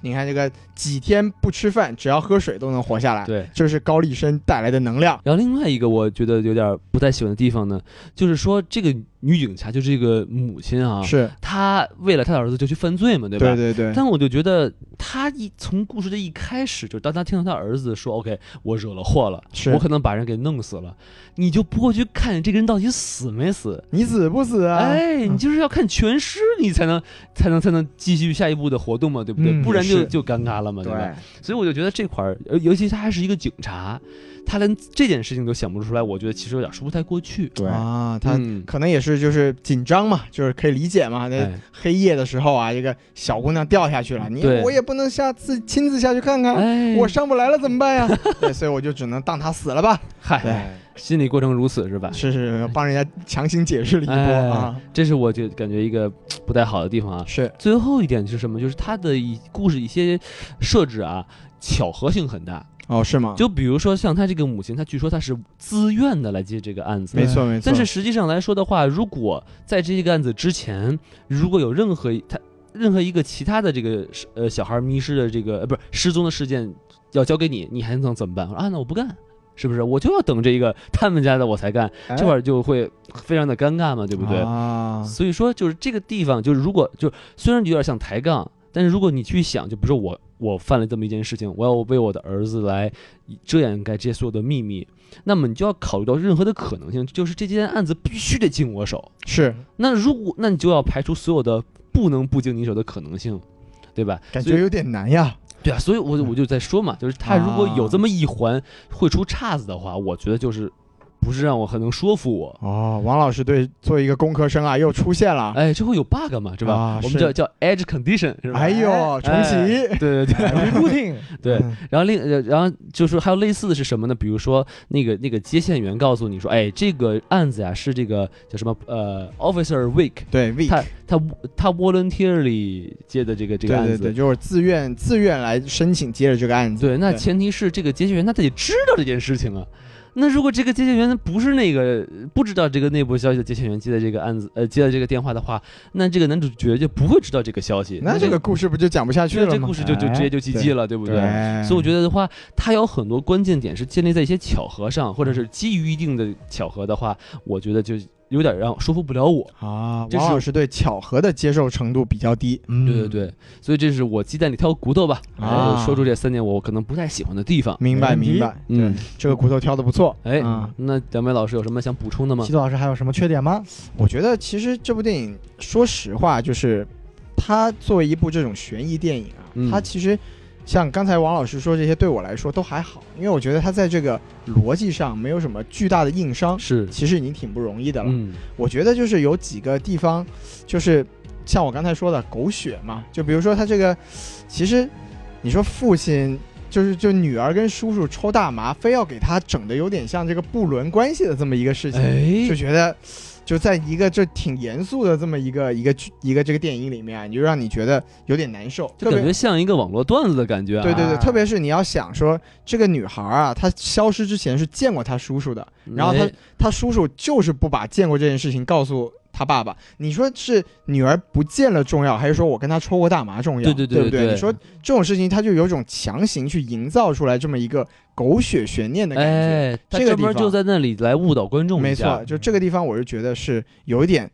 S3: 你看这个几天不吃饭，只要喝水都能活下来，
S1: 对。
S3: 这是高丽参带来的能量。
S1: 然后另外一个我觉得有点不太喜欢的地方呢，就是说这个女警察就是这个母亲啊，
S3: 是，
S1: 她为了她的儿子就去犯罪嘛，对吧？
S3: 对对对，
S1: 但我就觉得她一从故事的一开始，就当她听到她儿子说 “OK，我惹了祸了，
S3: 是
S1: 我可能把人给弄死了”，你就不会去看这个人到底死没死。
S3: 你死不死啊？
S1: 哎，你就是要看全尸，你才能才能才能继续下一步的活动嘛，对不对？
S4: 嗯
S1: 不然
S3: 也
S1: 就是就尴尬了嘛，对吧？
S3: 对，
S1: 所以我就觉得这块儿，呃尤其他还是一个警察，他连这件事情都想不出来，我觉得其实有点说不太过去。
S4: 对
S3: 啊，他
S1: 嗯
S3: 可能也是就是紧张嘛，就是可以理解嘛。那
S1: 哎
S3: 黑夜的时候啊，这个小姑娘掉下去了，你
S1: 对
S3: 我也不能下自亲自下去看看，
S1: 哎，
S3: 我上不来了怎么 办呀？对，所以我就只能当她死了吧。
S1: 嗨，
S3: 对，
S1: 心理过程如此是吧？
S3: 是是帮人家强行解释了一波
S1: 哎
S3: 啊，
S1: 这是我就感觉一个不太好的地方啊。
S3: 是
S1: 最后一点是什么？就是它的一故事一些设置啊，巧合性很大。
S3: 哦，是吗？
S1: 就比如说像她这个母亲，她据说她是自愿的来接这个案子，
S3: 没错没错，
S1: 但是实际上来说的话，如果在这个案子之前，如果有任何一他任何一个其他的这个呃小孩迷失的这个呃不是失踪的事件要交给你，你还能怎么办？啊，那我不干，是不是？我就要等这个他们家的我才干，
S3: 哎
S1: 这块儿就会非常的尴尬嘛，对
S3: 对
S1: 不对？
S3: 啊，
S1: 所以说就是这个地方，就是如果就是虽然有点像抬杠，但是如果你去想，就比如说我我犯了这么一件事情，我要为我的儿子来遮掩盖这些所有的秘密，那么你就要考虑到任何的可能性，就是这件案子必须得进我手。
S3: 是
S1: 那如果那你就要排除所有的不能不经你手的可能性，对吧？
S3: 感
S1: 所以
S3: 觉有点难呀。
S1: 对啊，所以我就我就在说嘛，就是他如果有
S3: 啊
S1: 这么一环会出岔子的话，我觉得就是不是让我很能说服我。
S3: 哦，王老师对作为一个工科生啊，又出现了。
S1: 哎，这会有 bug 嘛，是吧？
S3: 啊
S1: 我们
S3: 是
S1: 叫叫 edge condition，是吧？
S3: 哎呦，重启，
S1: 对对对
S4: Rebooting，
S1: 对
S3: 嗯，
S1: 然后另呃然后就是还有类似的是什么呢？比如说那个那个接线员告诉你说，哎，这个案子呀、是这个叫什么呃，Officer Wake
S3: 对 w e
S1: 他他他 voluntarily 接的这个这个
S3: 对
S1: 案
S3: 对
S1: 子。
S3: 对，就是自愿自愿来申请接着这个案子。
S1: 对那
S3: 对
S1: 前提是这个接线员他得知道这件事情啊。那如果这个接线员不是那个不知道这个内部消息的接线员接的这个案子呃接的这个电话的话，那这个男主角就不会知道这个消息。
S3: 那这个故事不就讲不下去
S1: 这
S3: 了
S1: 这
S3: 吗
S1: 故？事就就
S4: 哎
S1: 直接就 GG 了，对不对？
S3: 嗯
S1: 所以我觉得的话，它有很多关键点是建立在一些巧合上，或者是基于一定的巧合的话，我觉得就有点让说服不了我。
S3: 啊，
S1: 这是
S3: 王老师对巧合的接受程度比较低。
S4: 嗯
S1: 对对，对，所以这是我鸡蛋里挑骨头吧，
S3: 啊
S1: 呃说出这三点我可能不太喜欢的地方。
S3: 明白
S4: 没问题
S3: 明白，
S1: 嗯，
S3: 这个骨头挑的不错。
S1: 哎
S3: 啊，
S1: 那两位老师有什么想补充的吗
S4: 嗯西？渡老师还有什么缺点吗？
S3: 我觉得其实这部电影，说实话，就是它作为一部这种悬疑电影啊，
S1: 嗯
S3: 它其实像刚才王老师说这些，对我来说都还好，因为我觉得他在这个逻辑上没有什么巨大的硬伤，
S1: 是，
S3: 其实已经挺不容易的了。
S1: 嗯
S3: 我觉得就是有几个地方，就是像我刚才说的狗血嘛，就比如说他这个，其实你说父亲就是就女儿跟叔叔抽大麻，非要给他整的有点像这个不伦关系的这么一个事情，
S1: 哎
S3: 就觉得就在一个这挺严肃的这么一个一个剧一个这个电影里面啊，你就让你觉得有点难受，
S1: 就
S3: 特
S1: 感觉
S3: 别
S1: 像一个网络段子的感觉啊。
S3: 对对对，
S4: 啊
S3: 特别是你要想说这个女孩啊，她消失之前是见过她叔叔的，然后他
S1: 哎
S3: 他叔叔就是不把见过这件事情告诉他爸爸。你说是女儿不见了重要，还是说我跟他抽过大麻重要？
S1: 对对对
S3: 不
S1: 对对
S3: 你说这种事情，他就有种强行去营造出来这么一个狗血悬念的感觉。
S1: 哎，他
S3: 这个
S1: 专门
S3: 地方
S1: 就在那里来误导观众
S3: 没
S1: 一下嗯
S3: 错，就这个地方，我是觉得是有一点。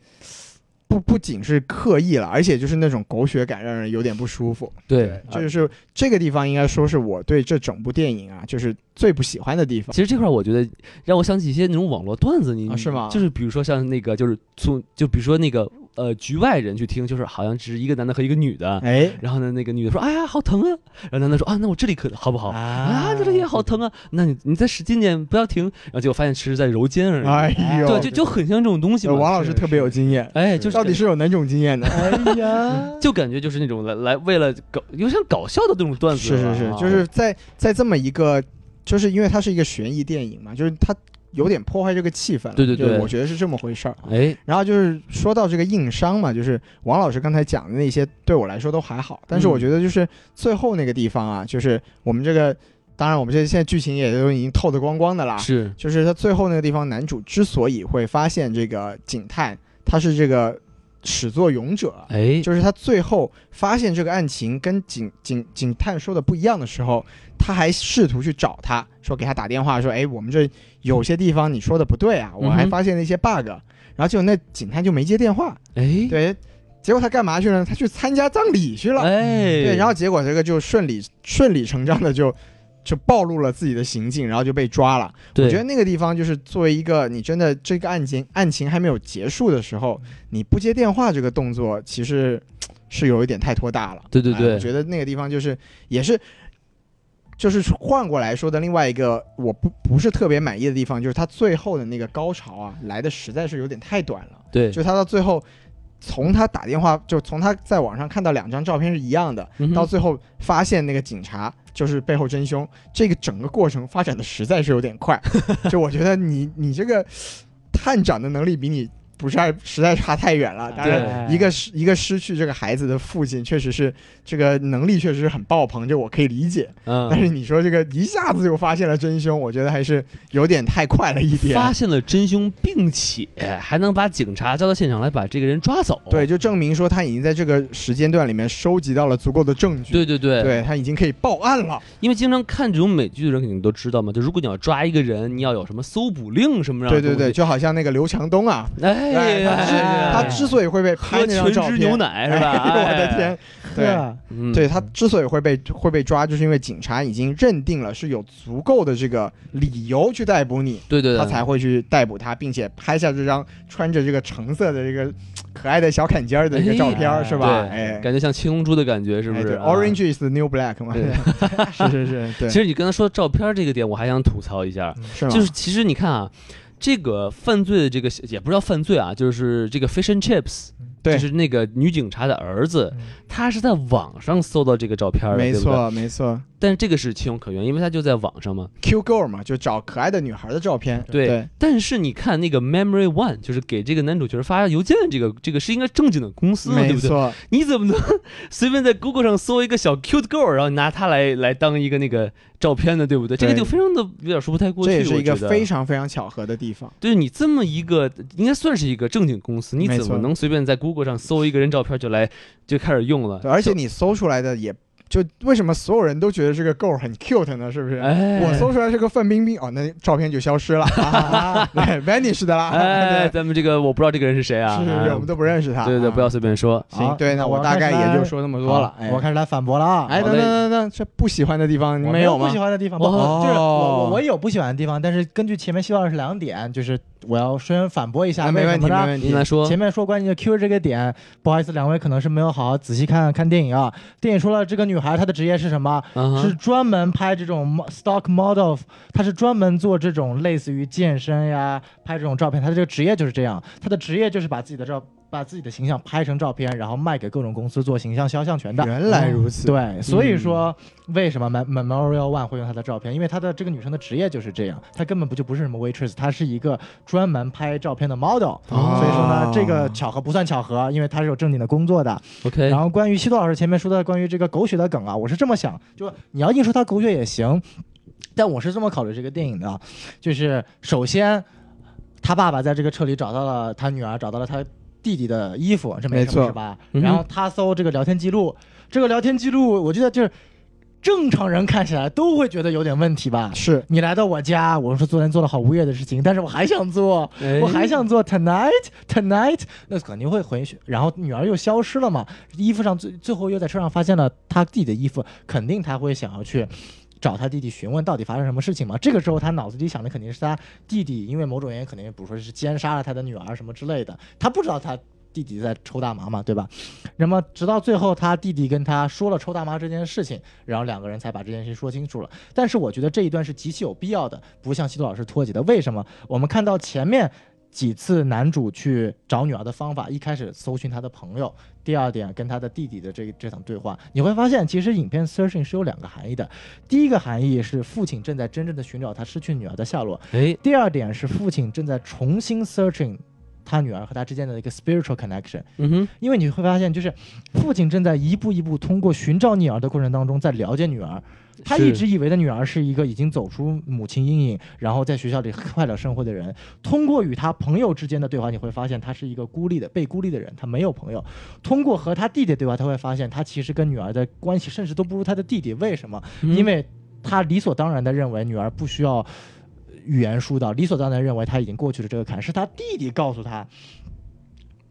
S3: 不不仅是刻意了，而且就是那种狗血感，让人有点不舒服。
S1: 对，
S3: 这
S1: 啊
S3: 就是这个地方，应该说是我对这整部电影啊，就是最不喜欢的地方。
S1: 其实这块儿我觉得让我想起一些那种网络段子，你、
S3: 啊是吗
S1: 就是比如说像那个，就是从就比如说那个呃局外人去听，就是好像只是一个男的和一个女的，
S3: 哎，
S1: 然后呢那个女的说哎呀好疼啊，然后男的说啊那我这里可好不好啊
S4: 啊
S1: 这里也好疼啊，那你你再使劲点不要停，然后结果发现其实在揉肩而已，
S3: 哎呦，
S1: 对，就就很像这种东西
S3: 呃
S1: 嘛，
S3: 王老师
S4: 是
S3: 特别
S4: 是
S3: 有经验。
S1: 哎就是
S3: 到底是有哪种经验呢？
S4: 哎呀，
S1: 就感觉就是那种来来为了搞有像搞笑的那种 段子
S3: 是
S1: 了啊，
S3: 是是，就是在在这么一个，就是因为它是一个悬疑电影嘛，就是它有点破坏这个气氛了。
S1: 对对
S3: 就是
S1: 对
S3: 我觉得是这么回事儿。啊
S1: 哎
S3: 然后就是说到这个硬伤嘛，就是王老师刚才讲的那些，对我来说都还好，但是
S1: 嗯
S3: 我觉得就是最后那个地方啊，就是我们这个，当然我们这现在剧情也都已经透得光光的啦，
S1: 是
S3: 就是他最后那个地方，男主之所以会发现这个警探他是这个始作俑者，
S1: 哎
S3: 就是他最后发现这个案情跟警警警探说的不一样的时候，他还试图去找他，说给他打电话说，哎，我们这有些地方你说的不对啊，我还
S1: 嗯哼
S3: 发现了一些 bug，、然后结果那警探就没接电话，
S1: 哎
S3: 对，结果他干嘛去呢？他去参加葬礼去了，
S1: 哎
S3: 对，然后结果这个就顺理顺理成章的就就暴露了自己的行径，然后就被抓了。
S1: 对
S3: 我觉得那个地方就是作为一个你真的这个案件案情还没有结束的时
S1: 嗯
S3: 候，你不接电话这个动作，其实嘖是有一点太拖大了。
S1: 对对对
S3: 哎我觉得那个地方就是也是。就是换过来说的另外一个我不不是特别满意的地方，就是他最后的那个高潮啊，来的实在是有点太短了。
S1: 对
S3: 就他到最后，从他打电话，就从他在网上看到两张照片是一样的，
S1: 嗯哼
S3: 到最后发现那个警察就是背后真凶，这个整个过程发展的实在是有 点快。就我觉得你你这个探长的能力比你不是还实在差太远
S1: 啊
S3: 了。当然，
S4: 对
S3: 一个失一个失去这个孩子的父亲，确实是这个能力确实是很爆棚，这我可以理解。
S1: 嗯
S3: 但是你说这个一下子就发现了真凶，我觉得还是有点太快了一点。
S1: 发现了真凶，并且还能把警察叫到现场来把这个人抓走。
S3: 对，就证明说他已经在这个时间段里面收集到了足够的证据，
S1: 对对对，
S3: 对他已经可以报案了。
S1: 因为经常看这种美剧的人肯定都知道嘛，就如果你要抓一个人，你要有什么搜捕令什么样
S3: 对
S1: 的
S3: 对对，
S1: 东西，
S3: 就好像那个刘强东啊，
S1: 哎呀，
S3: 他之
S4: 哎
S3: 他之所以会被拍
S1: 喝
S3: 那张
S1: 全
S3: 照
S1: 脂
S3: 片，
S1: 牛奶是吧？嗯
S3: 哎 呦我的天，对。
S4: 呵，
S1: 对
S3: 对他之所以会被会被抓，就是因为警察已经认定了是有足够的这个理由去逮捕你，
S1: 对对对，
S3: 他才会去逮捕他，并且拍下这张穿着这个橙色的这个可爱的小坎肩儿的一个照片儿，
S4: 哎
S3: 是
S1: 对
S3: 吧？哎，
S1: 感觉像七龙珠的感觉，是不
S3: 哎
S1: 是
S3: 对
S1: 啊
S3: ？Orange is the new black 嘛，
S1: 对
S3: 是 是是，对，
S1: 其实你刚才说照片这个点，我还想吐槽一下，
S3: 是吗？
S1: 就是其实你看啊，这个犯罪的这个也不知道犯罪啊，就是这个 Fish and Chips，
S3: 对
S1: 就是那个女警察的儿子
S4: 嗯，
S1: 他是在网上搜到这个照片的，
S3: 没
S1: 对不对。
S3: 错，没错。
S1: 但是这个是情有可原，因为他就在网上嘛。
S3: Q girl 嘛，就找可爱的女孩的照片。
S1: 对但是你看那个 Memory One，就是给这个男主角发邮件，这个这个是应该正经的公司嘛，
S3: 没
S1: 对不对？
S3: 错，
S1: 你怎么能 随便在 Google 上搜一个小 cute girl，然后拿它来来当一个那个照片呢？对不对？这个
S3: 对
S1: 就非常的有点说不太过去。
S3: 这也是一个
S1: 我觉得
S3: 非常非常巧合的地方。
S1: 对你这么一个，应该算是一个正经公司，你
S3: 没
S1: 怎么
S3: 错
S1: 能随便在 Google 上搜一个人照片就来就开始用了？
S3: 对，而且你搜出来的也就为什么所有人都觉得这个 girl 很 cute 呢？是不是？
S1: 哎，
S3: 我搜出来是个范冰冰哦，那照片就消失了啊对，vanish 的啦。
S1: 哎，
S3: 对，
S1: 咱们这个我不知道这个人是谁啊？
S3: 是是是，我们
S1: 哎
S3: 都不认识他。
S1: 对对对，
S3: 啊
S1: 不要。随便说。
S3: 行，
S4: 好
S3: 对，那
S4: 那我
S3: 我大
S4: 开
S3: 概
S4: 始来
S3: 也就说那么多了。哎
S4: 我，开始来反驳了啊！
S3: 哎，
S1: 好
S3: 等
S1: 嘞
S3: 等等等，这不喜欢的地方
S4: 我
S3: 没
S4: 有
S3: 有
S4: 不
S3: 吗
S4: 喜？欢的地方，
S1: 哦
S4: 不就是我我我有不喜欢的地方，但是根据前面希望是两点，就是我要先反驳一下，
S3: 啊，没问题，
S4: 为什么
S3: 没
S4: 呢
S3: 问
S1: 您
S3: 题。
S1: 来说，
S4: 前面说关于 Q 这个点，不好意思，两位可能是没有好好仔细看看电影啊。电影说了，这个女孩她的职业是什么？
S1: 嗯
S4: 是
S1: 哼
S4: 专门拍这种 mo- stock model，她是专门做这种类似于健身呀、拍这种照片。她的这个职业就是这样，她的职业就是把自己的照、把自己的形象拍成照片，然后卖给各种公司做形象肖像权的。
S3: 原来如此，
S4: 对，所以说
S3: 嗯
S4: 为什么 Mem- Memorial One 会用她的照片？因为她的这个女生的职业就是这样，她根本不就不是什么 waitress，她是一个专门拍照片的 model。
S3: 哦
S4: 所以说呢，这个巧合不算巧合，因为她是有正经的工作的。
S1: ，OK，
S4: 然后关于西多老师前面说的关于这个狗血的梗啊，我是这么想，就你要硬说它狗血也行，但我是这么考虑这个电影的，就是首先他爸爸在这个车里找到了他女儿，找到了他弟弟的衣服，这没
S3: 没
S4: 什么
S3: 错
S4: 是吧？
S1: 嗯哼
S4: 然后他搜这个聊天记录，这个聊天记录我觉得就是正常人看起来都会觉得有点问题吧。
S3: 是
S4: 你来到我家，我说昨天做了好无业的事情，但是我还想做，
S1: 哎
S4: 我还想做 tonight tonight，那肯定会回去。然后女儿又消失了嘛，衣服上最最后又在车上发现了他弟的衣服，肯定他会想要去。找他弟弟询问到底发生什么事情嘛？这个时候他脑子里想的肯定是他弟弟，因为某种原因肯定，比如说是奸杀了他的女儿什么之类的。他不知道他弟弟在抽大麻嘛，对吧？那么直到最后他弟弟跟他说了抽大麻这件事情，然后两个人才把这件事情说清楚了。但是我觉得这一段是极其有必要的，不像西多老师脱节的。为什么？我们看到前面几次男主去找女儿的方法，一开始搜寻他的朋友，第二点跟他的弟弟的这这场对话，你会发现其实影片 searching 是有两个含义的。第一个含义是父亲正在真正的寻找他失去女儿的下落，
S1: 哎，
S4: 第二点是父亲正在重新 searching 他女儿和他之间的一个 spiritual connection。
S1: 嗯哼，
S4: 因为你会发现，就是父亲正在一步一步通过寻找女儿的过程当中，在了解女儿。他
S1: 是
S4: 一直以为的女儿是一个已经走出母亲阴影，然后在学校里快乐生活的人。通过与他朋友之间的对话，你会发现他是一个孤立的、被孤立的人，他没有朋友。通过和他弟弟对话，他会发现他其实跟女儿的关系甚至都不如他的弟弟。为什么？
S1: 嗯
S4: 因为他理所当然的认为女儿不需要语言疏导，理所当然地认为他已经过去了这个坎，是他弟弟告诉他，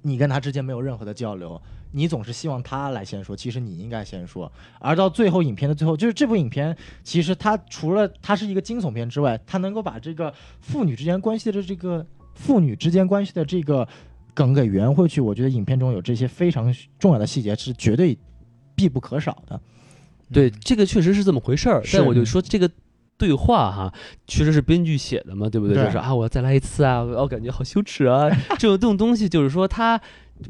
S4: 你跟他之间没有任何的交流，你总是希望他来先说，其实你应该先说。而到最后影片的最后，就是这部影片，其实它除了它是一个惊悚片之外，它能够把这个父女之间关系的这个父女之间关系的这个梗给圆回去，我觉得影片中有这些非常重要的细节是绝对必不可少的。
S3: 嗯
S1: 对，这个确实是这么回事儿。
S4: 是
S1: 但我就说这个对话哈，确实是编剧写的嘛，对不对？
S4: 对
S1: 就是啊，我要再来一次啊，我我感觉好羞耻啊。 这种这种东西，就是说他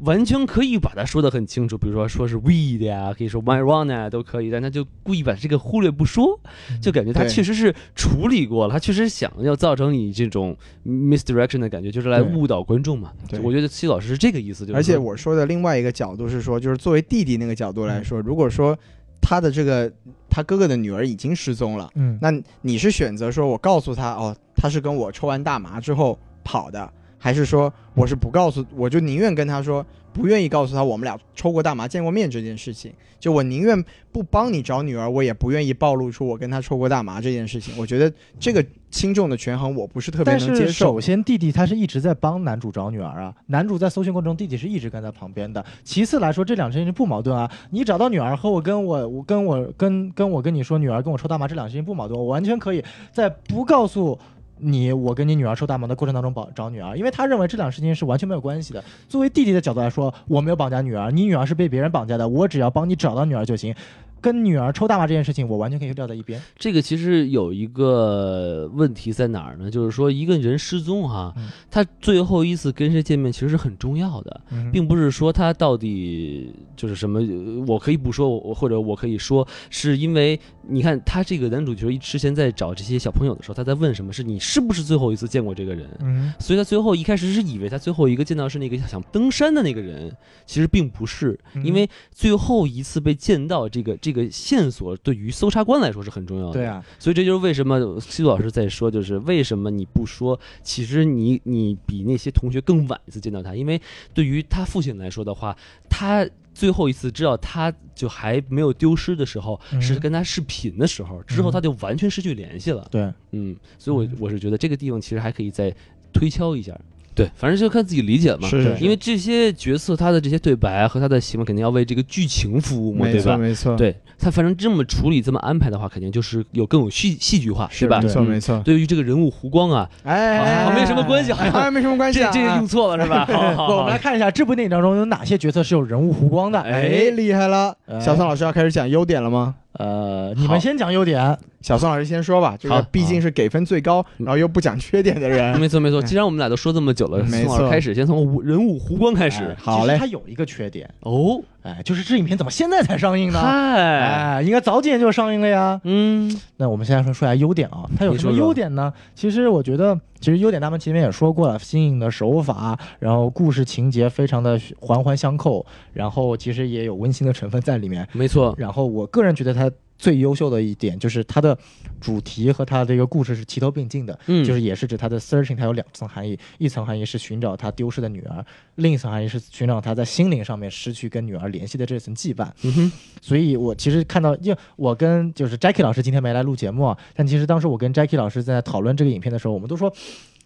S1: 完全可以把它说得很清楚，比如说说是 weed 呀、可以说 marijuana 呀都可以，但他就故意把这个忽略不说，就感觉他
S3: 对
S1: 确实是处理过了，他确实想要造成你这种 misdirection 的感觉，就是来
S4: 对
S1: 误导观众嘛。
S3: 对
S1: 我觉得西老师是这个意思，就是
S3: 而且
S1: 说
S3: 我说的另外一个角度是说，就是作为弟弟那个角度来说，如果说他的这个他哥哥的女儿已经失踪了，
S4: 嗯
S3: 那你是选择说我告诉他哦，他是跟我抽完大麻之后跑的，还是说我是不告诉，我就宁愿跟他说，不愿意告诉他我们俩抽过大麻、见过面这件事情，就我宁愿不帮你找女儿，我也不愿意暴露出我跟他抽过大麻这件事情。我觉得这个轻重的权衡，我不是特别
S4: 但是
S3: 能接受
S4: 首。先，弟弟他是一直在帮男主找女儿啊，男主在搜寻过程中，弟弟是一直跟在旁边的。其次来说，这两件事情不矛盾啊。你找到女儿和我跟我我跟我跟跟我跟你说女儿跟我抽大麻这两件事情不矛盾，我完全可以在不告诉。你我跟你女儿抽大麻的过程当中保找女儿，因为他认为这两事情是完全没有关系的。作为弟弟的角度来说，我没有绑架女儿，你女儿是被别人绑架的，我只要帮你找到女儿就行。跟女儿抽大麻这件事情，我完全可以撂在一边。
S1: 这个其实有一个问题在哪儿呢？就是说一个人失踪哈、
S4: 嗯
S1: 他最后一次跟谁见面其实是很重要的，并不是说他到底就是什么，呃我可以不说，我或者我可以说，是因为你看他这个男主角一之前在找这些小朋友的时候，他在问什么是你是不是最后一次见过这个人？
S4: 嗯，
S1: 所以他最后一开始是以为他最后一个见到是那个想登山的那个人，其实并不是，
S4: 嗯
S1: 因为最后一次被见到这个这个线索对于搜查官来说是很重要的。
S4: 对啊，
S1: 所以这就是为什么西渡老师在说，就是为什么你不说，其实你你比那些同学更晚一次见到他，因为对于他父亲来说的话，他最后一次知道他就还没有丢失的时候，
S4: 嗯
S1: 是跟他视频的时候，之后
S4: 嗯
S1: 他就完全失去联系了。
S4: 对。
S1: 嗯，所以我
S4: 嗯
S1: 我是觉得这个地方其实还可以再推敲一下。对，反正就看自己理解嘛。
S3: 是是，
S1: 因为这些角色他的这些对白和他的行为，肯定要为这个剧情服务嘛，
S3: 没
S1: 对
S3: 错
S1: 吧？
S3: 没
S4: 嗯
S3: 错，
S1: 对他，反正这么处理、这么安排的话，肯定就是有更有戏戏剧化，
S3: 是
S1: 吧
S3: 没？错
S1: 嗯
S3: 没错，
S1: 对于这个人物弧光啊，
S3: 哎哎，
S1: 好
S3: 哎
S1: 没什么关系，好
S3: 好
S1: 像
S3: 像没什么关系
S1: 这
S3: 啊，
S1: 这个用错了 是吧？好好
S4: 不 我
S1: 好
S4: 们来，看一下这部电影当中有哪些角色是有人物弧光的。
S3: 哎，厉害了！
S4: 哎
S3: 小宋老师要开始讲优点了吗？
S1: 呃，
S4: 你们先讲优点，
S3: 小宋老师先说吧，就是
S1: 好嗯
S3: 毕竟是给分最高，然后又不讲缺点的
S1: 好。
S3: 人。
S1: 没错
S4: 嗯
S1: 没错，既然我们俩都说这么久了，
S3: 没
S1: 宋老师
S3: 错
S1: 开始，先从无人物弧光 开始
S4: 哎。
S3: 好
S4: 其
S3: 嘞
S4: 实它有一个缺点，
S1: 哦，
S4: 哎，就是这影片怎么现在才上映呢？
S1: 嗨，
S4: 哎，应该早几年就上映了呀。
S1: 嗯，
S4: 那我们现在说说一下优点啊，它有
S1: 你
S4: 什
S1: 说
S4: 么
S1: 说
S4: 优点呢？其实我觉得，其实优点他们前面也说过了，新颖的手法，然后故事情节非常的环环相扣，然后其实也有温馨的成分在里面。
S1: 没错，
S4: 然后我个人觉得它最优秀的一点就是它的主题和它这个故事是齐头并进的，
S1: 嗯，
S4: 就是也是指它的 searching，它有两层含义，一层含义是寻找他丢失的女儿，另一层含义是寻找他在心灵上面失去跟女儿联系的这层羁绊。
S1: 嗯哼，
S4: 所以我其实看到，因为我跟就是 Jackie 老师今天没来录节目啊，但其实当时我跟 Jackie 老师在讨论这个影片的时候，我们都说，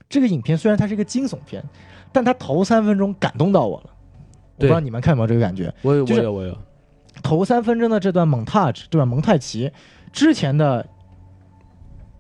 S4: 这个影片虽然它是一个惊悚片，但它头三分钟感动到我了。我不
S1: 对
S4: 知道你们看有没有这个感觉？
S1: 我有
S4: 就
S1: 我
S4: 是
S1: 有我有，
S4: 头三分钟的这段蒙太奇，这段蒙太奇之前的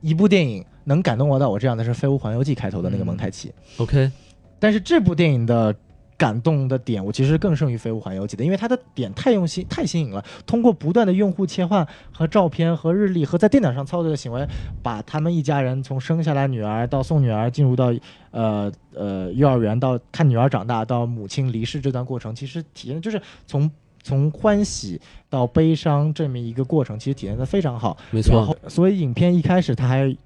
S4: 一部电影能感动我到我这样的是《飞屋环游记》开头的那个蒙太奇，
S1: OK，
S4: 但是这部电影的感动的点，我其实更胜于《飞屋环游记》的，因为它的点太用心、太新颖了。通过不断的用户切换和照片和日历和在电脑上操作的行为，把他们一家人从生下来女儿到送女儿进入到呃呃幼儿园，到看女儿长大，到母亲离世这段过程，其实体验就是从。从欢喜到悲伤这么一个过程，其实体验的非常好。
S1: 没
S4: 然
S1: 错
S4: 后，，所以影片一开始他还，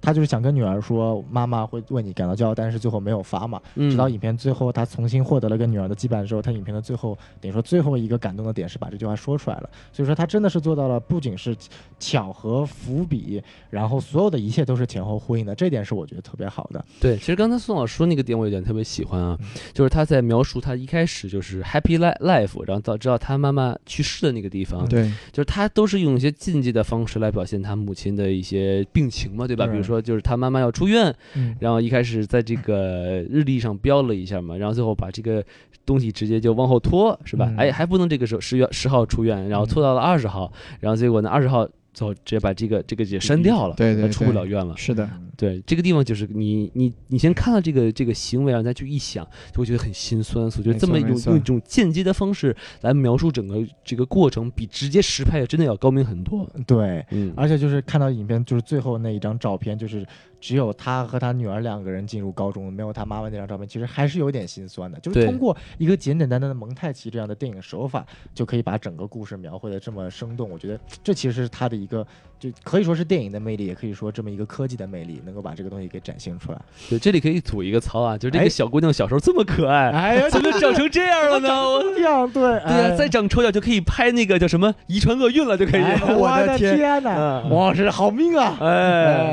S4: 他就是想跟女儿说，妈妈会为你感到骄傲，但是最后没有罚嘛。
S1: 嗯
S4: 直到影片最后，他重新获得了跟女儿的羁绊之后，他影片的最后等于说最后一个感动的点是把这句话说出来了。所以说他真的是做到了，不仅是巧合伏笔，然后所有的一切都是前后呼应的，这点是我觉得特别好的。
S1: 对，其实刚才宋老师说那个点我有点特别喜欢啊，
S4: 嗯
S1: 就是他在描述他一开始就是 happy li- life，然后到直到他妈妈去世的那个地方，
S3: 对，
S1: 就是他都是用一些禁忌的方式来表现他母亲的一些病情嘛，对吧？
S4: 对
S1: 比如说就是他妈妈要出院，
S4: 嗯，
S1: 然后一开始在这 个日历上标了一下嘛，然后最后把这个东西直接就往后拖，是吧？
S4: 嗯
S1: 哎，还不能这个时候十月十号出院，然后
S3: 嗯
S1: 拖到了二十号，然后结果呢二十号最后直接把这个这个也删掉了，
S3: 对对
S1: 他出不
S3: 对
S1: 了嗯院了。
S3: 是的，
S4: 嗯
S1: 对，这个地方就是你你你先看到这个这个行为啊，再去一想，就会觉得很心酸。所以我觉得
S3: 没
S1: 这么
S3: 错
S1: 一
S3: 没
S1: 种
S3: 错
S1: 用一种间接的方式来描述整个这个过程，比直接实拍真的要高明很多。
S4: 对。
S1: 嗯，
S4: 而且就是看到影片，就是最后那一张照片，就是只有他和他女儿两个人进入高中，没有他妈妈那张照片，其实还是有点心酸的。就是
S1: 对
S4: 通过一个简简单单的蒙太奇这样的电影手法，就可以把整个故事描绘的这么生动。我觉得这其实是他的一个，就可以说是电影的魅力，也可以说这么一个科技的魅力，能够把这个东西给展现出来。
S1: 对，这里可以吐一个槽啊，就是这个
S4: 哎
S1: 小姑娘小时候这么可爱，
S4: 哎 呀，
S1: 怎么长成这样了呢？我
S4: 这样对，对
S1: 对呀、再长丑点就可以拍那个叫什么《遗传厄运》了，就可以。
S4: 哎
S3: 我的
S4: 的
S3: 天
S4: 呐，
S1: 嗯
S4: 哇，是好命啊！
S1: 哎，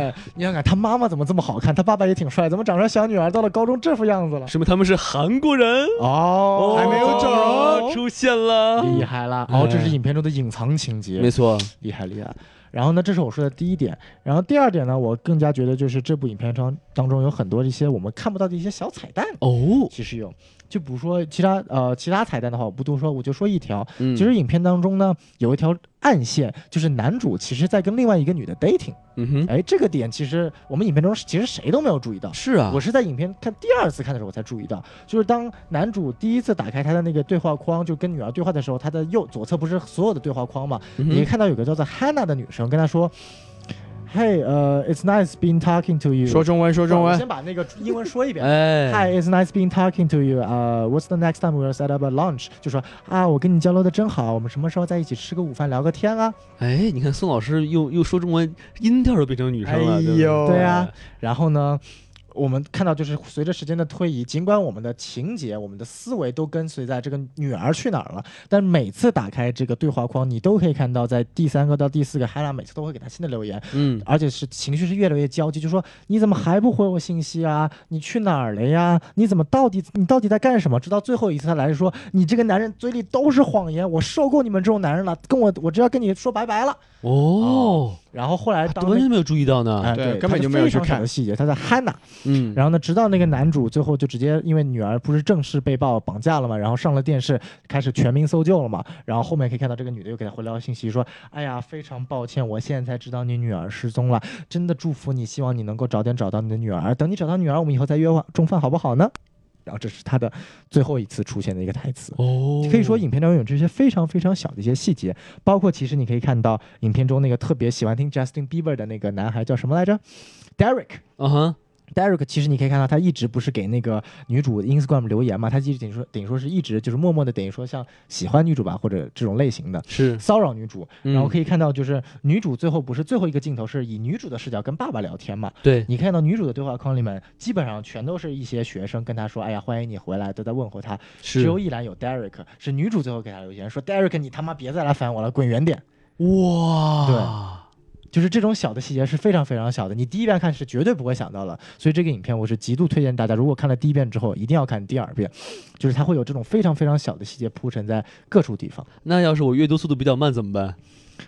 S4: 哎，你想想，他妈妈怎么这么好看？他爸爸也挺帅，怎么长成小女儿到了高中这副样子了？
S1: 什么他们是韩国人？
S4: 哦
S3: 还没有整
S1: 哦出现了，
S4: 厉害啦！
S1: 哎
S4: 哦，这是影片中的隐藏情
S1: 没
S4: 节，
S1: 错，
S4: 厉害厉害。然后呢，这是我说的第一点。然后第二点呢，我更加觉得就是这部影片当当中有很多一些我们看不到的一些小彩蛋，
S1: 哦，
S4: 其实有。就比如说其他呃其他彩蛋的话，我不多说，我就说一条。
S1: 嗯
S4: 其实影片当中呢，有一条暗线，就是男主其实在跟另外一个女的 dating。
S1: 嗯哼，
S4: 哎，这个点其实我们影片中其实谁都没有注意到。
S1: 是啊，
S4: 我是在影片看第二次看的时候，我才注意到，就是当男主第一次打开他的那个对话框，就跟女儿对话的时候，他的右左侧不是所有的对话框嘛？
S1: 嗯
S4: 你
S1: 哼
S4: 看到有个叫做 Hannah 的女生跟他说：“Hey，呃、i t s nice being talking to you。”
S3: 说中文，说中
S4: 我
S3: 文嗯
S4: 先，把那个英文说一遍。
S1: 哎，
S4: Hi, it's nice being talking to you. 呃、w h a t s the next time we'll set up a lunch？就说啊，我跟你交流的真好，我们什么时候在一起吃个午饭聊个天啊？
S1: 哎，你看宋老师又又说中文，音调都变成女生了，
S3: 哎
S1: 对不对
S3: 呦
S4: 对啊，然后呢，我们看到就是随着时间的推移，尽管我们的情节、我们的思维都跟随在这个女儿去哪儿了，但每次打开这个对话框，你都可以看到，在第三个到第四个，海拉每次都会给他新的留言，
S1: 嗯，
S4: 而且是情绪是越来越焦急，就说你怎么还不回我信息啊？你去哪儿了呀？你怎么到底你到底在干什么？直到最后一次他来说，你这个男人嘴里都是谎言，我受够你们这种男人了，跟我我只要跟你说拜拜了。
S1: 哦，
S4: 然后后来当
S1: 完
S4: 那
S1: 全没有注意到呢。
S4: 哎
S3: 对
S4: 对，
S3: 根本就没有
S4: 它是
S3: 去
S4: 非常小
S3: 看
S4: 的细节，他在 Hannah。
S1: 嗯，
S4: 然后呢，直到那个男主最后就直接因为女儿不是正式被曝绑架了嘛，然后上了电视，开始全民搜救了嘛。然后后面可以看到这个女的又给他回了条信息说：“哎呀，非常抱歉，我现在才知道你女儿失踪了，真的祝福你，希望你能够早点找到你的女儿。等你找到女儿，我们以后再约晚中饭好不好呢？”然后这是他的最后一次出现的一个台词。
S1: 哦，
S4: 可以说，影片当中有这些非常非常小的一些细节，包括其实你可以看到影片中那个特别喜欢听 Justin Bieber 的那个男孩叫什么来着？Derek。
S1: 嗯哼，
S4: Derek 其实你可以看到，他一直不是给那个女主 Instagram 留言嘛，他一直等于说等于说是一直就是默默的等于说像喜欢女主吧，或者这种类型的
S1: 是，嗯
S4: 骚扰女主。然后可
S1: 以
S4: 以看到，就是女主最后不是最后一个镜头是以女主的视角跟爸爸聊天嘛？
S1: 对，
S4: 你看到女主的对话框里面，基本上全都是一些学生跟她说：“哎呀，欢迎你回来。”都在问候她。只
S1: 是
S4: 有一栏有 Derek，是女主最后给他留言说：“Derek，你他妈别再来烦我了，滚远点。”
S1: 哇，
S4: 就是这种小的细节是非常非常小的，你第一遍看是绝对不会想到的。所以这个影片我是极度推荐大家，如果看了第一遍之后，一定要看第二遍，就是它会有这种非常非常小的细节铺陈在各处地方。
S1: 那要是我阅读速度比较慢怎么办？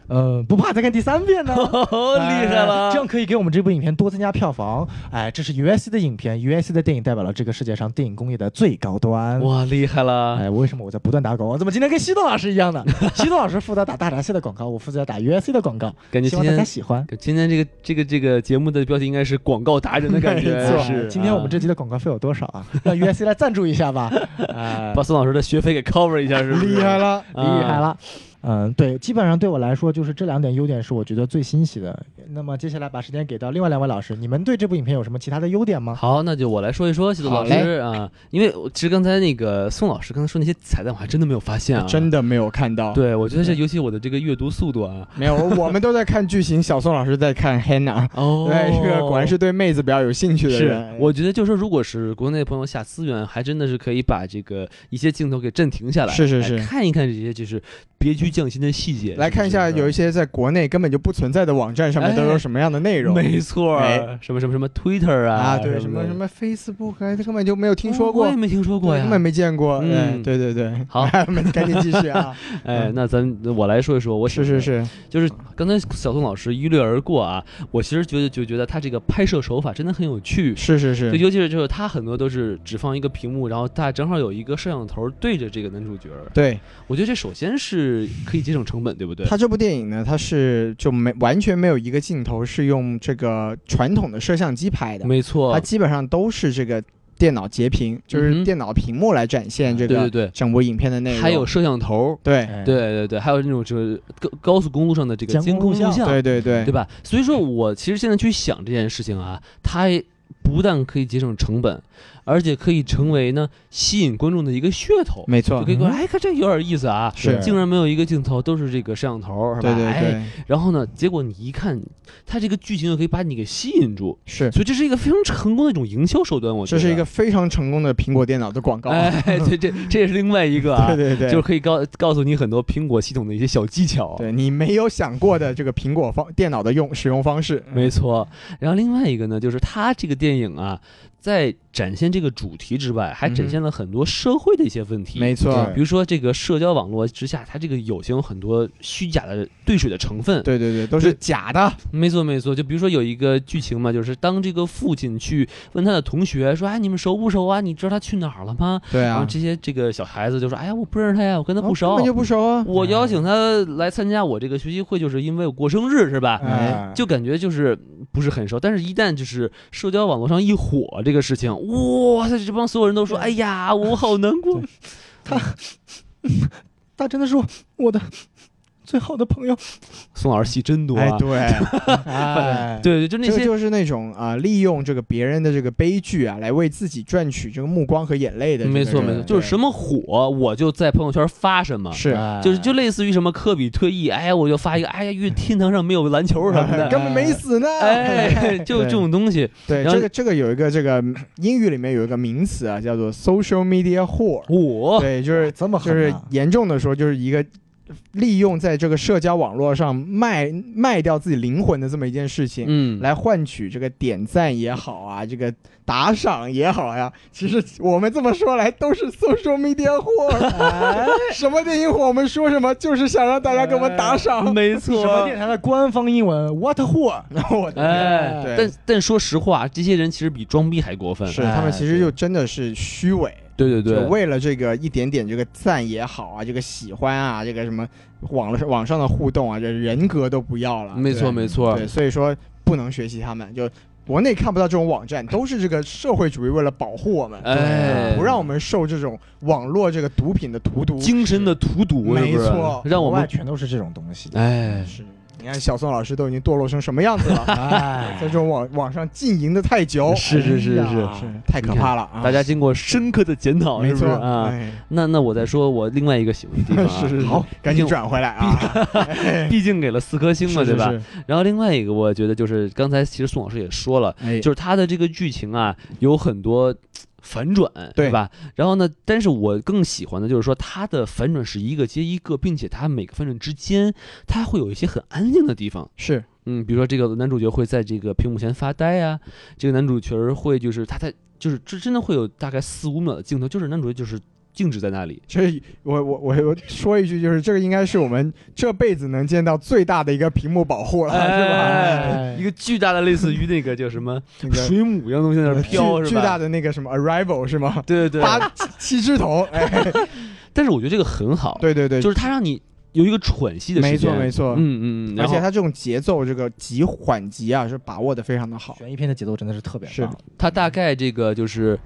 S4: 呃，不怕再看第三遍呢。
S1: 哦，
S4: 哎
S1: 厉害了，
S4: 这样可以给我们这部影片多增加票房。哎，这是 U S C 的影片，U S C 的电影代表了这个世界上电影工业的最高端。
S1: 哇，厉害了，
S4: 哎，为什么我在不断打广告？我怎么今天跟西东老师一样呢？西东老师负责打大闸蟹的广告，我负责打 U S C 的 广告。
S1: 感觉
S4: 希
S1: 今
S4: 望大家
S1: 天
S4: 喜欢。
S1: 今天这个这个这个节目的标题应该是广告达人的感觉
S4: 没错，
S1: 是。
S4: 今天我们这期的广告费有多少啊？让 USC 来赞助一下吧，
S1: 啊把宋老师的学费给 cover 一下，是不是？
S3: 厉害了，
S1: 啊
S4: 厉害！了。嗯，对，基本上对我来说，就是这两点优点是我觉得最欣喜的。那么接下来把时间给到另外两位老师，你们对这部影片有什么其他的优点吗？
S1: 好，那就我来说一说西子老师
S3: 好
S1: 啊，因为我其实刚才那个宋老师刚才说那些彩蛋，我还真的没有发现啊，
S3: 真的没有看到。
S1: 对，我觉得是尤其我的这个阅读速度啊，
S3: 没有，我们都在看剧情，小宋老师在看 Hannah。
S1: 哦
S3: 对，这个果然是对妹子比较有兴趣的
S1: 是
S3: 人。，
S1: 我觉得就是说，如果是国内朋友下资源，还真的是可以把这个一些镜头给暂停下来，
S3: 是是
S1: 哎
S3: 是
S1: 看一看这些就是别具匠心的细节，
S3: 来看一下，有一
S1: 些
S3: 些在国内根本就不存在的网站上面都有什么样的内容。
S1: 没错儿，
S3: 哎
S1: 什么什么什么 Twitter 啊，
S3: 啊，对，什
S1: 什
S3: 么
S1: 么
S3: 什
S1: 的，哦
S3: 么 Facebook，哎，他根本就没有听说
S1: 我
S3: 过
S1: 也，没听说过呀，
S3: 根本没见过。
S1: 嗯
S3: 哎，对对对，
S1: 好
S3: 我们赶紧继续啊。
S1: 哎，那咱我来说一 说，我
S3: 是是
S1: 是，
S3: 是，
S1: 就是刚才小宋老师一掠而过啊，我其实觉得就觉得他这个拍摄手法真的很有趣。
S3: 是是
S1: 对，
S3: 是，
S1: 尤其是就是他很多都是只放一个屏幕，然后他正好有一个摄像头对着这个男主角儿，
S3: 对
S1: 我觉得这首先是可以节省成本，对不对？
S3: 他这部电影呢，它是就没完全没有一个镜头是用这个传统的摄像机拍的，
S1: 没错
S3: 它，基本上都是这个电脑截屏，就
S1: 嗯
S3: 是
S1: 哼
S3: 电脑屏幕来展现这
S1: 对
S3: 个
S1: 对
S3: 整部影片的内
S1: 对，
S3: 容。
S1: 还有摄像头，
S3: 对
S4: 哎
S1: 对，对对，还有那种就是高高速公路上的这个
S4: 监
S1: 监控
S4: 控录
S1: 录
S4: 像
S1: 像，
S3: 对对对
S1: 对吧？所以说我其实现在去想这件事情啊，它不但可以节省成本，而且可以成为呢吸引观众的一个噱头。
S3: 没
S1: 就
S3: 错
S1: 可，以说，
S4: 嗯
S1: 哎，看这有点意思啊，
S3: 是
S1: 竟然没有一个镜头都是这个摄像头，是吧？
S3: 对对
S1: 哎，
S3: 对，
S1: 然后呢，结果你一看，它这个剧情就可以把你给吸引住，
S3: 是，
S1: 所以这是一个非常成功的一种营销手段，我觉
S3: 嗯这
S1: 得
S3: 是一个非常成功的苹果电脑的广告。
S1: 哎，这这这也是另外一个啊，
S3: 对对对，
S1: 就是可以告告诉你很多苹果系统的一些小技巧。，
S3: 对你没有想过的这个苹果方电脑的用使用方式。
S1: 没错。然后另外一个呢，就是它这个电影啊，在展现这个主题之外，还
S3: 嗯哼
S1: 展现了很多社会的一些问题。
S3: 没错
S4: 对，
S1: 比如说这个社交网络之下，它这个有些有很多虚假的兑水的成分。
S3: 对对对，都是假的。
S1: 没错，没错。就比如说有一个剧情嘛，就是当这个父亲去问他的同学说：“哎，你们熟不熟啊？你知道他去哪儿了吗？”
S3: 对
S1: 然后
S3: 啊，
S1: 这些这个小孩子就说：“哎呀，我不认识他呀，我跟他
S3: 那
S1: 不熟。
S3: 根本就不熟啊。
S1: 我邀请他来参加我这个学习会，就是因为我过生日，是吧？
S3: 嗯
S4: 哎，
S1: 就感觉就是不是很熟，但是一旦就是社交网络上一火这个事情，哇塞，这帮所有人都说，哎呀，我好难过。
S4: 他真的是我的 最好的朋友。
S1: 宋老师戏真多
S3: 哎
S1: 啊，，
S3: 对，
S4: 哎，
S1: 对对，就那
S3: 这个
S1: 些，
S3: 就是那种啊，利用这个别人的这个悲剧啊，来为自己赚取这个目光和眼泪的这个
S1: 没
S3: 人。
S1: 错啊没错，就是什么火，我就在朋友圈发什么
S3: 对。是
S4: 哎
S1: 就是就类似于什么科比退役，哎呀，我就发一个，哎呀，
S3: 嗯
S1: 月天堂上没有篮球什么 的，
S3: 根本没死呢。
S1: 哎，就这种东西，
S3: 对，
S1: 然后
S3: 这个这个有一个这个英语里面有一个名词啊，叫做 social media whore。
S1: 我
S3: 对，就是
S4: 哎这么狠
S3: 就是
S4: 啊
S3: 严重的说，就是一个利用在这个社交网络上卖卖掉自己灵魂的这么一件事情，
S1: 嗯，
S3: 来换取这个点赞也好啊，这个打赏也好呀、其实我们这么说来都是 social media 货，
S4: 哎，
S3: 什么电影火我们说什么，就是想让大家给我们
S1: 哎
S3: 打赏。
S1: 没
S4: 什么电台的官方英文 What who？
S3: 我的
S1: 哎，
S3: 对
S1: 但但说实话，这些人其实比装逼还过分。
S3: 是
S4: 哎
S3: 他们其实就真的是虚伪。
S1: 对哎对
S3: 就
S1: 对，
S3: 为了这个一点点这个赞也好啊，这个喜欢啊，这个什么网络网上的互动啊，这人格都不要了。
S1: 没错
S3: 对
S1: 没错
S3: 对，，所以说不能学习他们。就国内看不到这种网站，都是这个社会主义为了保护我们，
S1: 哎，
S3: 不让我们受这种网络这个毒品的荼毒。
S1: 精神的荼毒，是
S3: 没
S1: 不是
S3: 错
S1: 让我
S4: 国外
S1: 们
S4: 全都是这种东西。
S1: 哎，
S3: 是，你看小宋老师都已经堕落成什么样 子了，在
S4: 哎
S3: 这，种网网上浸淫的太久，
S1: 是是是
S3: 哎呀
S1: 是
S3: 是太可怕了啊！
S1: 大家经过深刻的检讨，
S3: 没
S1: 是不
S3: 错
S1: 是啊？
S3: 哎
S1: 那那我再说我另外一个喜欢的地方啊，
S3: 是是是
S1: 好，
S3: 赶紧转回来啊！
S1: 毕竟给了四颗星嘛，对吧？
S3: 是？
S1: 然后另外一个，我觉得就是刚才其实宋老师也说了，
S3: 哎，
S1: 就是他的这个剧情啊，有很多嘖反转，
S3: 对
S1: 是吧？然后呢，但是我更喜欢的就是说，他的反转是一个接一个，并且他每个反转之间，他会有一些很安静的地方。
S3: 是
S1: 嗯，比如说这个男主角会在这个屏幕前发呆啊，这个男主角会就是他在就是这真的会有大概四五秒的镜头，就是男主角就是静止在那 里。
S3: 这我我我我说一句，就是这个应该是我们这辈子能见到最大的一个屏幕保护了，
S1: 哎
S3: 是吧？
S4: 哎
S1: 一个巨大的类似于那个叫什么
S3: 那个呃
S1: 水母一样东西在那儿飘，
S3: 巨
S1: 是
S3: 巨大
S1: 吧？
S3: 的那个什么 Arrival 是吗？
S1: 对对对，
S3: 八七只头， 哎，
S1: 但是我觉得这个很好，
S3: 对对对，
S1: 就是它让你有一个喘息的时
S3: 没错
S1: 间，
S3: 没
S1: 错，
S3: 错，
S1: 嗯嗯，嗯
S3: 而
S1: 然后
S3: 且它这种节奏这个急缓急啊是把握的非常的好，
S4: 悬疑片的节奏真的是特别
S3: 是
S4: 棒。
S1: 它大概这个就是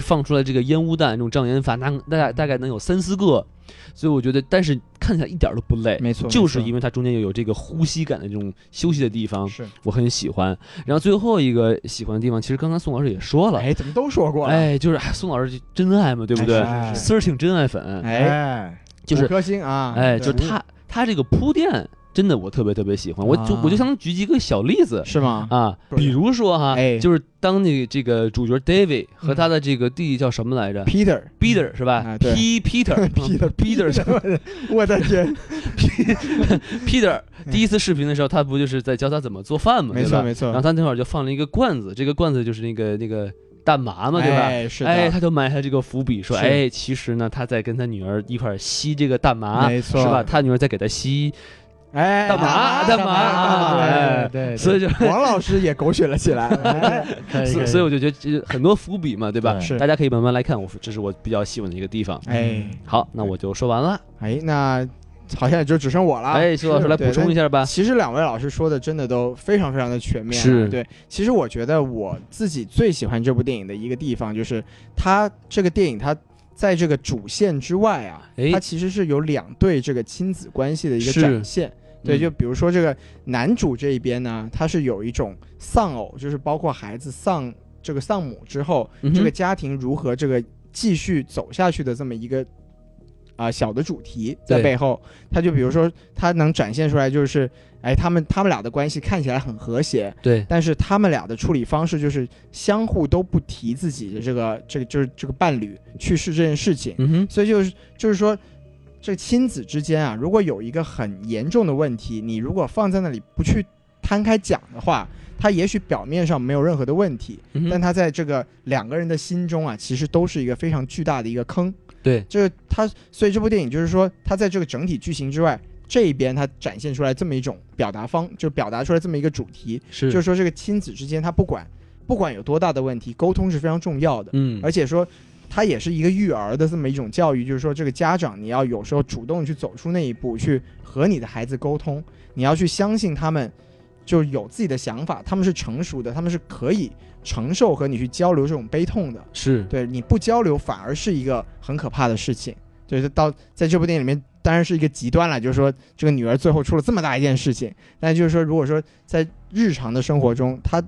S1: 放出来这个烟雾弹这种障眼法，那大大概能有三四个，所以我觉得，但是看起来一点都不累。
S3: 没错，
S1: 就是因
S3: 因
S1: 为它中间又有这个呼吸感的这种休息的地方，
S3: 是，哎
S1: 我很喜欢。然后最后一个喜欢的地方，其实刚才宋老师也说了，
S3: 哎，怎么都说过了，啊
S1: 哎，就是哎宋老师就真爱嘛，对不对
S4: 哎是
S1: ？searching 真爱粉，
S3: 哎，
S1: 就
S3: 五
S1: 是
S3: 颗星啊，
S1: 哎，就
S3: 对
S1: 是他他这个铺垫，真的我特别特别喜欢。我就
S3: 啊
S1: 我就想举几个小例子，
S3: 是吗？
S1: 啊，
S3: 对
S1: 比如说哈，
S3: 哎
S1: 就是当那个这个主角 David 和他的这个弟弟叫什么来着
S3: Peter，
S1: ？Peter 是吧
S3: 嗯啊对
S1: ？P Peter
S3: Peter-
S1: Peter
S3: 我的天，
S1: Peter 第一次视频的时候，他不就是在教他怎么做饭嘛，
S3: 嗯没
S1: 对
S3: 错
S1: 吧？
S3: 没错
S1: 然后，他那会儿就放了一个罐子，这个罐子就是那个那个大麻嘛，对吧？
S3: 哎，是
S1: 哎，
S3: 的，
S1: 他就埋下这个伏笔，说，
S3: 是
S1: 哎，其实呢，他在跟他女儿一块儿吸这个大麻，
S3: 没
S1: 是
S3: 错
S1: 吧？他女儿在给他吸，
S3: 哎，
S1: 大麻大麻
S3: 大麻
S1: 啊哎
S4: 对
S1: 所以就，
S3: 王老师也狗血了起来。 哎
S4: 可以可
S1: 所以
S4: 以
S1: 所以我就觉得这很多伏笔嘛，对吧？
S4: 对
S3: 是
S1: 大家可以慢慢来看，我这是我比较喜欢的一个地方。
S3: 哎
S1: 好，那我就说完了。
S3: 哎，那好像也就只剩我了。
S1: 哎，徐老师来补充一
S3: 下。
S1: 下吧。
S3: 其实两位老师说的真的都非常非常的全面啊、
S1: 是
S3: 对。其实我觉得我自己最喜欢这部电影的一个地方，就是它这个电影它在这个主线之外啊，
S1: 哎
S3: 它其实是有两对这个亲子关系的一个
S1: 是
S3: 展现。对，
S1: 嗯
S3: 就比如说这个男主这一边呢，他是有一种丧偶，就是包括孩子丧这个丧母之后，
S1: 嗯哼
S3: 这个家庭如何这个继续走下去的这么一个啊、小的主题在
S1: 对
S3: 背后。他就比如说，他能展现出来就是，哎，他们他们俩的关系看起来很和谐，
S1: 对，
S3: 但是他们俩的处理方式就是相互都不提自己的这个这个就是这个伴侣去世这件事情。
S1: 嗯哼，
S3: 所以就是就是说，这亲子之间啊，如果有一个很严重的问题，你如果放在那里不去摊开讲的话，它也许表面上没有任何的问题，
S1: 嗯
S3: 但
S1: 哼
S3: 它在这个两个人的心中啊，其实都是一个非常巨大的一个坑。
S1: 对，
S3: 这个它，所以这部电影就是说，它在这个整体剧情之外。这一边它展现出来这么一种表达方，就表达出来这么一个主题，
S1: 是，
S3: 就是说这个亲子之间，他不管不管有多大的问题，沟通是非常重要的。
S1: 嗯，
S3: 而且说，它也是一个育儿的这么一种教育，就是说，这个家长你要有时候主动去走出那一步，去和你的孩子沟通，你要去相信他们，就有自己的想法，他们是成熟的，他们是可以承受和你去交流这种悲痛的。
S1: 是，
S3: 对你不交流，反而是一个很可怕的事情。就是到在这部电影里面，当然是一个极端了，就是说这个女儿最后出了这么大一件事情，但就是说，如果说在日常的生活中，她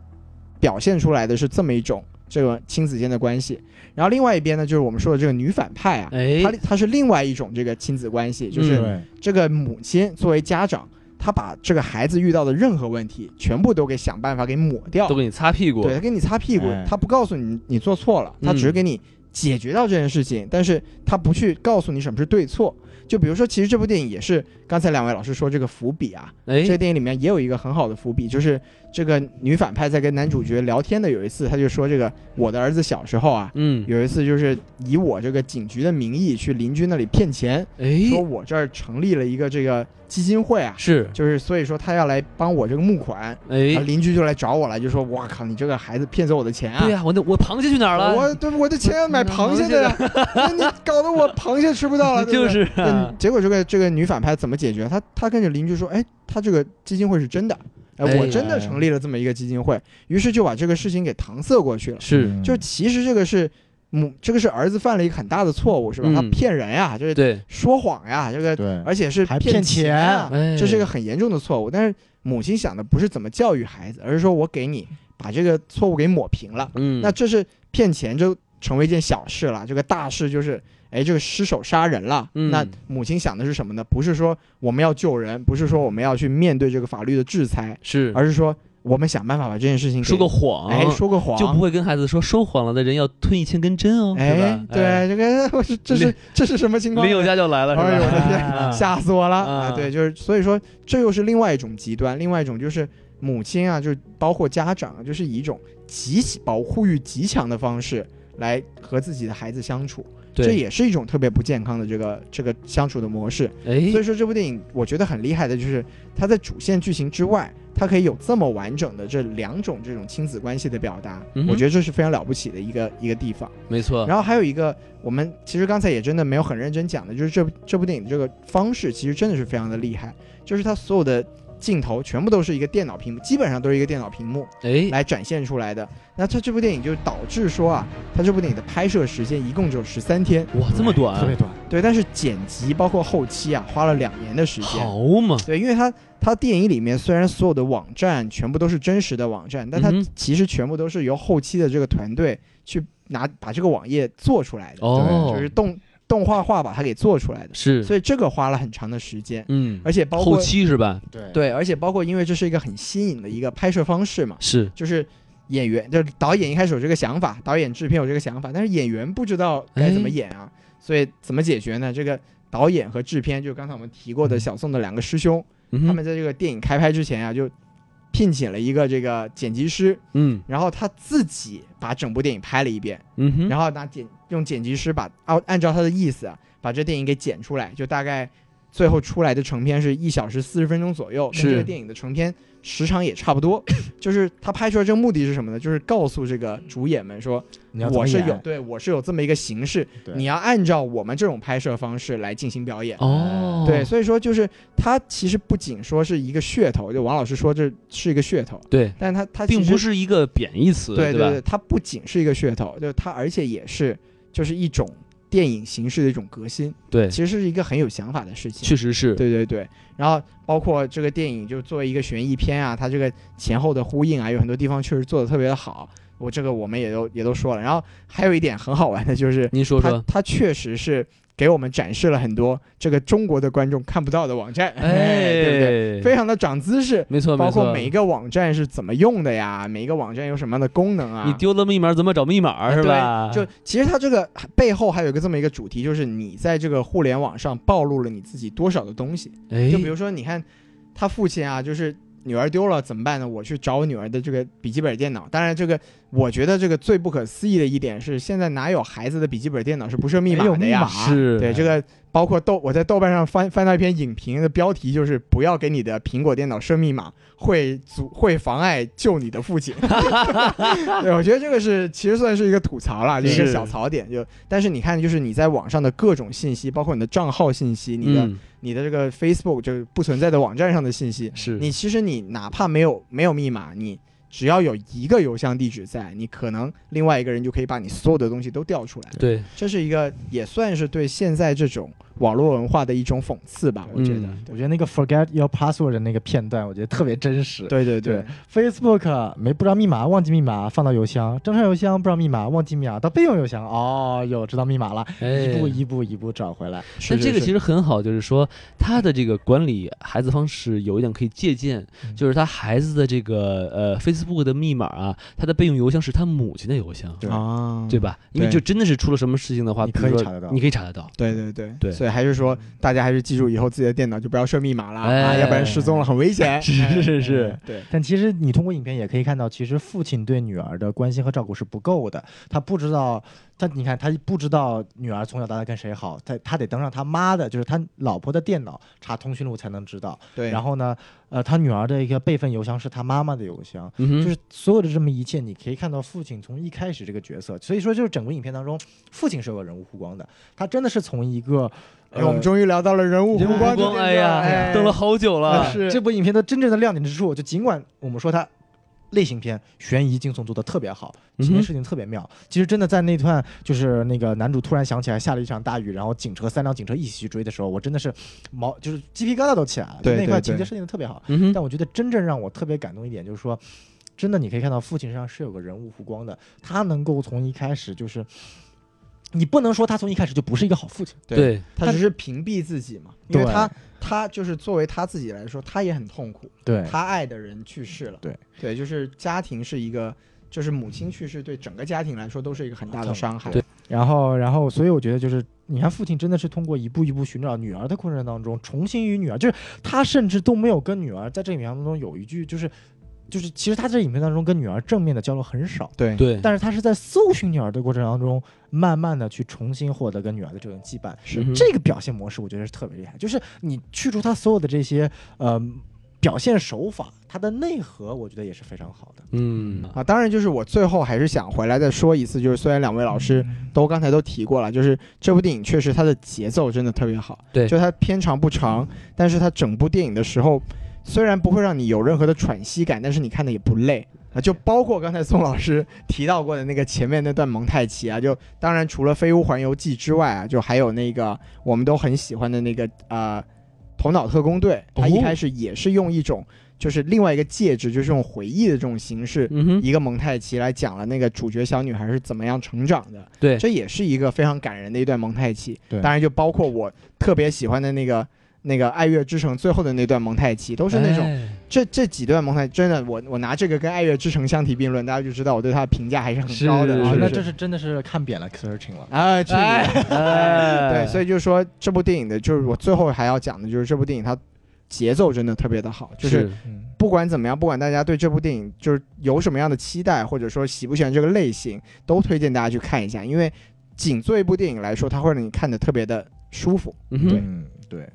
S3: 表现出来的是这么一种这个亲子间的关系，然后另外一边呢，就是我们说的这个女反派啊，
S1: 哎
S3: 她，她是另外一种这个亲子关系，就是
S1: 嗯
S4: 对
S3: 这个母亲作为家长，她把这个孩子遇到的任何问题，全部都给想办法给抹掉
S1: 都，给你擦屁股
S3: 对，他给你擦屁股
S4: 哎，
S3: 他不告诉你你做错了，他只
S1: 嗯
S3: 是给你解决到这件事情，但是他不去告诉你什么是对错。就比如说，其实这部电影也是刚才两位老师说这个伏笔啊，
S1: 哎
S3: 这个电影里面也有一个很好的伏笔，就是这个女反派在跟男主角聊天的有一次，他就说这个我的儿子小时候啊，
S1: 嗯，
S3: 有一次就是以我这个警局的名义去邻居那里骗钱，
S1: 哎，
S3: 说我这儿成立了一个这个基金会啊，
S1: 是，
S3: 就是所以说他要来帮我这个募款，然后
S1: 哎，
S3: 邻居就来找我了，就说我靠，你这个孩子骗走我的钱啊
S1: 对。呀，我那我螃蟹去哪儿了？
S3: 我对我的钱要买螃蟹的呀，那你搞得我螃蟹吃不到了，对不对
S1: 就是啊
S3: 嗯，结果这个这个女反派怎么解决？她她跟着邻居说，哎，她这个基金会是真的，哎，
S1: 哎
S3: 我真的成立了这么一个基金会，于是就把这个事情给搪塞过去了。
S1: 是，
S4: 嗯
S3: 就其实这个是母，这个是儿子犯了一个很大的错误，是吧？
S1: 嗯
S3: 他骗人呀，就是
S1: 对，
S3: 说谎呀，这个
S4: 嗯对，
S3: 而且是
S4: 还
S3: 骗
S4: 骗
S3: 钱啊，
S1: 哎
S3: 这是一个很严重的错误。但是母亲想的不是怎么教育孩子，而是说我给你把这个错误给抹平了。
S1: 嗯，
S3: 那这是骗钱就成为一件小事了，这个大事就是，哎，这个失手杀人了。
S1: 嗯
S3: 那母亲想的是什么呢？不是说我们要救人，不是说我们要去面对这个法律的制裁，
S1: 是
S3: 而是说我们想办法把这件事情给
S1: 说个谎，
S3: 哎说个谎，
S1: 就不会跟孩子说说谎了的人要吞一千根针哦，是
S3: 哎
S1: 吧，
S3: 对，这个 我是这是这是什么情况
S1: 林？宥嘉就来了，
S3: 哎呦
S1: 是
S3: 我
S1: 吧？
S3: 的天
S4: 啊
S3: 吓死我了！
S1: 啊
S3: 啊，对，就是所以说，这又是另外一种极端，另外一种就是母亲啊，就是包括家长啊，就是以一种极保护欲极强的方式来和自己的孩子相处，这
S1: 对，
S3: 也是一种特别不健康的这个这个相处的模式。所以
S1: 哎，
S3: 说，这部电影我觉得很厉害的就是它在主线剧情之外，它可以有这么完整的这两种这种亲子关系的表达，
S1: 嗯哼
S3: 我觉得这是非常了不起的一个一个地方。
S1: 没错，
S3: 然后还有一个，我们其实刚才也真的没有很认真讲的，就是这部这部电影这个方式其实真的是非常的厉害，就是它所有的镜头全部都是一个电脑屏幕，基本上都是一个电脑屏幕
S1: 哎，
S3: 来展现出来的。那它这部电影就导致说啊，它这部电影的拍摄时间一共只有十三天，
S1: 哇，这么
S4: 特别
S1: 短，
S4: 短，
S3: 对，但是剪辑包括后期啊，花了两年的时间。
S1: 好嘛，
S3: 对，因为它它电影里面虽然所有的网站全部都是真实的网站，但它
S1: 嗯哼
S3: 其实全部都是由后期的这个团队去拿把这个网页做出来的。
S1: 哦
S3: 就，是动动画化把它给做出来的，
S1: 是，
S3: 所以这个花了很长的时间，
S1: 嗯，
S3: 而且包括
S1: 后期是吧？
S4: 对
S3: 对，而且包括因为这是一个很新颖的一个拍摄方式嘛，
S1: 是，
S3: 就是演员就是导演一开始有这个想法，导演制片有这个想法，但是演员不知道该
S1: 哎
S3: 怎么演啊，所以怎么解决呢？这个导演和制片，就刚才我们提过的小宋的两个师兄，
S1: 嗯
S3: 他
S1: 哼
S3: 们在这个电影开拍之前啊，就聘请了一个这个剪辑师，
S1: 嗯
S3: 然后他自己把整部电影拍了一遍。
S1: 嗯哼，
S3: 然后拿剪用剪辑师把按按照他的意思啊把这电影给剪出来，就大概最后出来的成片是一小时四十分钟左右，跟
S1: 是
S3: 这个电影的成片时长也差 不多。就是他拍出来这个目的是什么呢？就是告诉这个主演们说，
S4: 你要怎么
S3: 我是
S4: 演
S3: 有对我是有这么一个形式，
S4: 对
S3: 你要按照我们这种拍摄方式来进行表演。
S1: 哦，
S3: 对，所以说就是它其实不仅说是一个噱头，就王老师说这是一个噱头，
S1: 对，
S3: 但它它其
S1: 并
S3: 实
S1: 不是一个贬义词，
S3: 对
S1: 吧？
S3: 对，它不仅是一个噱头，就是它，而且也是就是一种电影形式的一种革新，
S1: 对，
S3: 其实是一个很有想法的事情。
S1: 确实是，
S3: 对对对，然后包括这个电影，就作为一个悬疑片啊，它这个前后的呼应啊，有很多地方确实做的特别的好。我这个我们也都也都说了，然后还有一点很好玩的就是，
S1: 您说
S3: 它
S1: 说，
S3: 它确实是给我们展示了很多这个中国的观众看不到的网站，哎 对不对？
S1: 哎，
S3: 非常的长姿势，
S1: 没错，没
S3: 包
S1: 错，
S3: 括每一个网站是怎么用的呀，每一个网站有什么样的功能啊？
S1: 你丢了密码怎么找密码
S3: 啊
S1: 是
S3: 对
S1: 吧？
S3: 就其实它这个背后还有一个这么一个主题，就是你在这个互联网上暴露了你自己多少的东西。
S1: 哎，
S3: 就比如说，你看他父亲啊，就是女儿丢了怎么办呢？我去找我女儿的这个笔记本电脑。当然，这个我觉得这个最不可思议的一点是，现在哪有孩子的笔记本电脑是不设密
S4: 没
S3: 码
S4: 有
S3: 的
S4: 密
S3: 呀
S4: 码？
S1: 是
S3: 对，这个包括豆，我在豆瓣上翻翻到一篇影评的标题，就是不要给你的苹果电脑设密码，会阻会妨碍救你的父亲。对，我觉得这个是其实算是一个吐槽啦，就是一
S1: 是
S3: 个小槽点。就但是你看，就是你在网上的各种信息，包括你的账号信息，你的、
S1: 嗯
S3: 你的这个 Facebook 就是不存在的网站上的信息，
S1: 是
S3: 你其实你哪怕没有没有密码，你。只要有一个邮箱地址在，你可能另外一个人就可以把你所有的东西都调出来。
S1: 对
S3: 这是一个也算是对现在这种网络文化的一种讽刺吧，我觉得。
S1: 嗯
S4: 我觉得那个 forget your password 的那个片段，我觉得特别真实。
S3: 对对
S4: 对 Facebook 没不知道密码，忘记密码，放到邮箱；正常邮箱不知道密码，忘记密码，到备用邮箱。哦，有知道密码了，
S1: 哎
S4: 一步一步一步找回来。
S3: 是
S1: 但这个
S3: 是
S1: 其实很好，就是说他的这个管理孩子方式有一点可以借鉴，
S4: 嗯
S1: 就是他孩子的这个呃 Facebook 的密码啊，他的备用邮箱是他母亲的邮箱，
S4: 对
S3: 啊，
S1: 对吧？因为
S3: 对
S1: 就真的是出了什么事情的话，
S4: 你
S1: 比如
S4: 可以
S1: 说
S4: 查得到
S1: 你可以查得到。
S3: 对对对
S1: 对
S3: 所以还是说大家还是记住以后自己的电脑就不要设密码了啊，
S1: 哎
S3: 要不然失踪了很危 险。
S1: 是
S3: 哎
S1: 是
S4: 是，
S3: 对，
S4: 但其实你通过影片也可以看到，其实父亲对女儿的关心和照顾是不够的。他不知道，他你看，他不知道女儿从小到大跟谁好，他他得登上他妈的，就是他老婆的电脑查通讯录才能知道。
S3: 对，
S4: 然后呢，呃，他女儿的一个备份邮箱是他妈妈的邮箱，
S1: 嗯哼，
S4: 就是所有的这么一切，你可以看到父亲从一开始这个角色，所以说就是整部影片当中，父亲是有个人物弧光的，他真的是从一个，呃
S3: 哎，我们终于聊到了人物
S1: 人物
S3: 弧光这
S1: 光，
S3: 地
S1: 哎
S3: 方
S1: 呀，
S3: 哎
S1: 等了好久
S4: 呃
S1: 了，
S3: 是
S4: 这部影片的真正的亮点之处，就尽管我们说它类型片悬疑惊悚做的特别好，
S1: 嗯
S4: 这
S1: 哼
S4: 件事情特别妙，其实真的在那段就是那个男主突然想起来下了一场大雨，然后警车三辆警车一起去追的时候，我真的是毛就是鸡皮疙瘩都起来了，
S3: 对
S4: 就那
S3: 对
S4: 块
S3: 对
S4: 情节设定的特别好，
S1: 嗯哼，
S4: 但我觉得真正让我特别感动一点，就是说，真的你可以看到父亲身上是有个人物弧光的，他能够从一开始就是，你不能说他从一开始就不是一个好父亲，
S3: 对
S1: 对，
S3: 他
S4: 他
S3: 只是屏蔽自己嘛，因为
S4: 对
S3: 他他就是作为他自己来说，他也很痛苦，
S4: 对
S3: 他爱的人去世了，
S4: 对
S3: 对，就是家庭是一个，就是母亲去世对整个家庭来说都是一个很大的伤害，
S1: 对
S4: 然后，然后，所以我觉得就是，你看父亲真的是通过一步一步寻找女儿的过程当中，重新与女儿，就是他甚至都没有跟女儿在这个影片当中有一句就是，就是其实他在这影片当中跟女儿正面的交流很少。
S3: 对
S1: 对，
S4: 但是他是在搜寻女儿的过程当中，慢慢的去重新获得跟女儿的这种羁绊，
S1: 嗯哼
S4: 这个表现模式，我觉得是特别厉害。就是你去除他所有的这些呃表现手法，它的内核，我觉得也是非常好的。
S1: 嗯，
S3: 啊，当然就是我最后还是想回来再说一次，就是虽然两位老师
S4: 嗯
S3: 都刚才都提过了，就是这部电影确实它的节奏真的特别好，
S1: 对
S3: 就它片长不长，但是它整部电影的时候，虽然不会让你有任何的喘息感，但是你看的也不累。啊，就包括刚才宋老师提到过的那个前面那段蒙太奇啊，就当然除了《飞屋环游记》之外啊，就还有那个我们都很喜欢的那个呃《头脑特工队》，它一
S1: 哦
S3: 开始也是用一种就是另外一个介质，就是用回忆的这种形式，
S1: 嗯哼，
S3: 一个蒙太奇来讲了那个主角小女孩是怎么样成长的，
S1: 对，
S3: 这也是一个非常感人的一段蒙太奇。
S4: 对
S3: 当然就包括我特别喜欢的那个那个《爱乐之城》最后的那段蒙太奇，都是那种、
S1: 哎
S3: 这这几段蒙太真的，我我拿这个跟《爱乐之城》相提并论，大家就知道我对它的评价还是很高的。
S1: 是
S3: 啊
S1: 是
S4: 那
S1: 是
S4: 这是真的是看扁了 searching 了。
S3: 啊，去你的
S1: 哎
S3: 对，所以就是说这部电影的，就是我最后还要讲的就是这部电影它节奏真的特别的好，就是
S1: 是
S4: 嗯，
S3: 不管怎么样，不管大家对这部电影就是有什么样的期待，或者说喜不喜欢这个类型，都推荐大家去看一下，因为仅做一部电影来说，它会让你看的特别的舒服。
S1: 嗯哼，
S4: 嗯，对，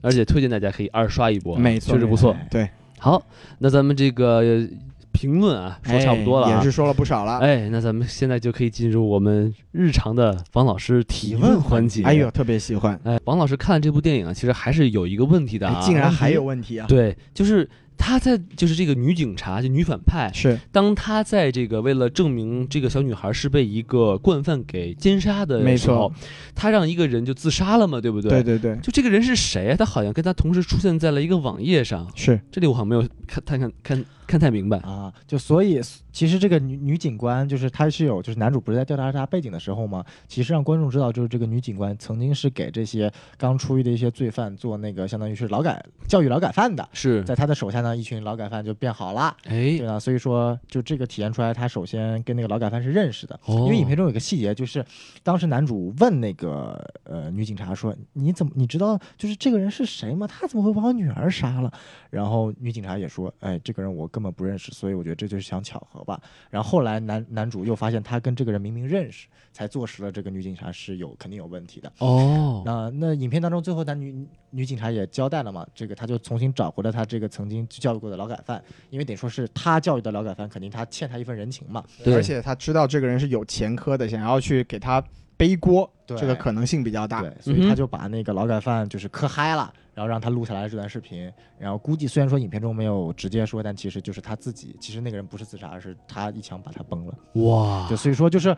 S1: 而且推荐大家可以二刷一波啊，
S3: 没错
S1: 确实不错。
S3: 对，
S1: 好，那咱们这个呃评论啊，说差不多了
S3: 哎也
S1: 啊
S3: 是。说了不少了。
S1: 哎，那咱们现在就可以进入我们日常的王老师提问环节。
S3: 哎呦，，特别喜欢，
S1: 哎，王老师看了这部电影啊，其实还是有一个问题的
S3: 哎
S1: 啊，
S3: 竟然还有问题啊！
S1: 对，就是他在就是这个女警察，就女反派，
S3: 是
S1: 当他在这个为了证明这个小女孩是被一个惯犯给奸杀
S3: 没
S1: 的时
S3: 错
S1: 候，他让一个人就自杀了嘛，对不对？
S3: 对对对，
S1: 就这个人是谁啊？他好像跟他同时出现在了一个网页上，
S3: 是
S1: 这里我好像没有看看看看看太明白。
S4: 啊，就所以其实这个女女警官就是她是有就是男主不是在调查她背景的时候嘛，其实让观众知道就是这个女警官曾经是给这些刚出狱的一些罪犯做那个相当于是劳改教育劳改犯的，
S1: 是，
S4: 在她的手下呢，一群劳改犯就变好了。
S1: 哎
S4: 对，啊，所以说就这个体现出来，他首先跟那个劳改犯是认识的，
S1: 哦
S4: 因为影片中有个细节，就是当时男主问那个呃女警察说：“你怎么你知道就是这个人是谁吗？他怎么会把我女儿杀了？”然后女警察也说：“哎，这个人我根本不认识，所以我觉得这就是想巧合吧。”然后后来男男主又发现他跟这个人明明认识，才坐实了这个女警察是有肯定有问题的。
S1: 哦，
S4: 那那影片当中最后男女女警察也交代了嘛，这个他就重新找回了他这个曾经教育过的劳改犯，因为得说是他教育的劳改犯，肯定他欠他一份人情嘛。
S1: 对
S3: 而且他知道这个人是有前科的，想要去给他背锅，
S4: 对
S3: 这个可能性比较大
S4: 对。，所以他就把那个劳改犯就是磕嗨了，然后让他录下来这段视频，然后估计虽然说影片中没有直接说，但其实就是他自己，其实那个人不是自杀，而是他一枪把他崩了。
S1: 哇
S4: 对，，所以说就是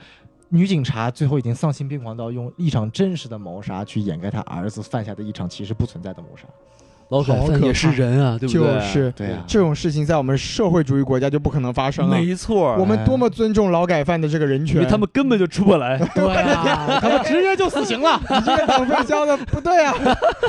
S4: 女警察最后已经丧心病狂到用一场真实的谋杀去掩盖她儿子犯下的一场其实不存在的谋杀。
S1: 劳改
S3: 好
S1: 犯
S3: 可
S1: 也是
S3: 怕
S1: 人啊，对不对？
S3: 就是
S4: 对啊
S3: 这种事情在我们社会主义国家就不可能发生啊！
S1: 没错，
S3: 我们多么尊重劳改犯的这个人
S1: 因为
S3: 权，
S1: 他们根本就出不 来。
S4: 对啊，他们直接就死刑了，
S3: 你这个党费交的不对 啊！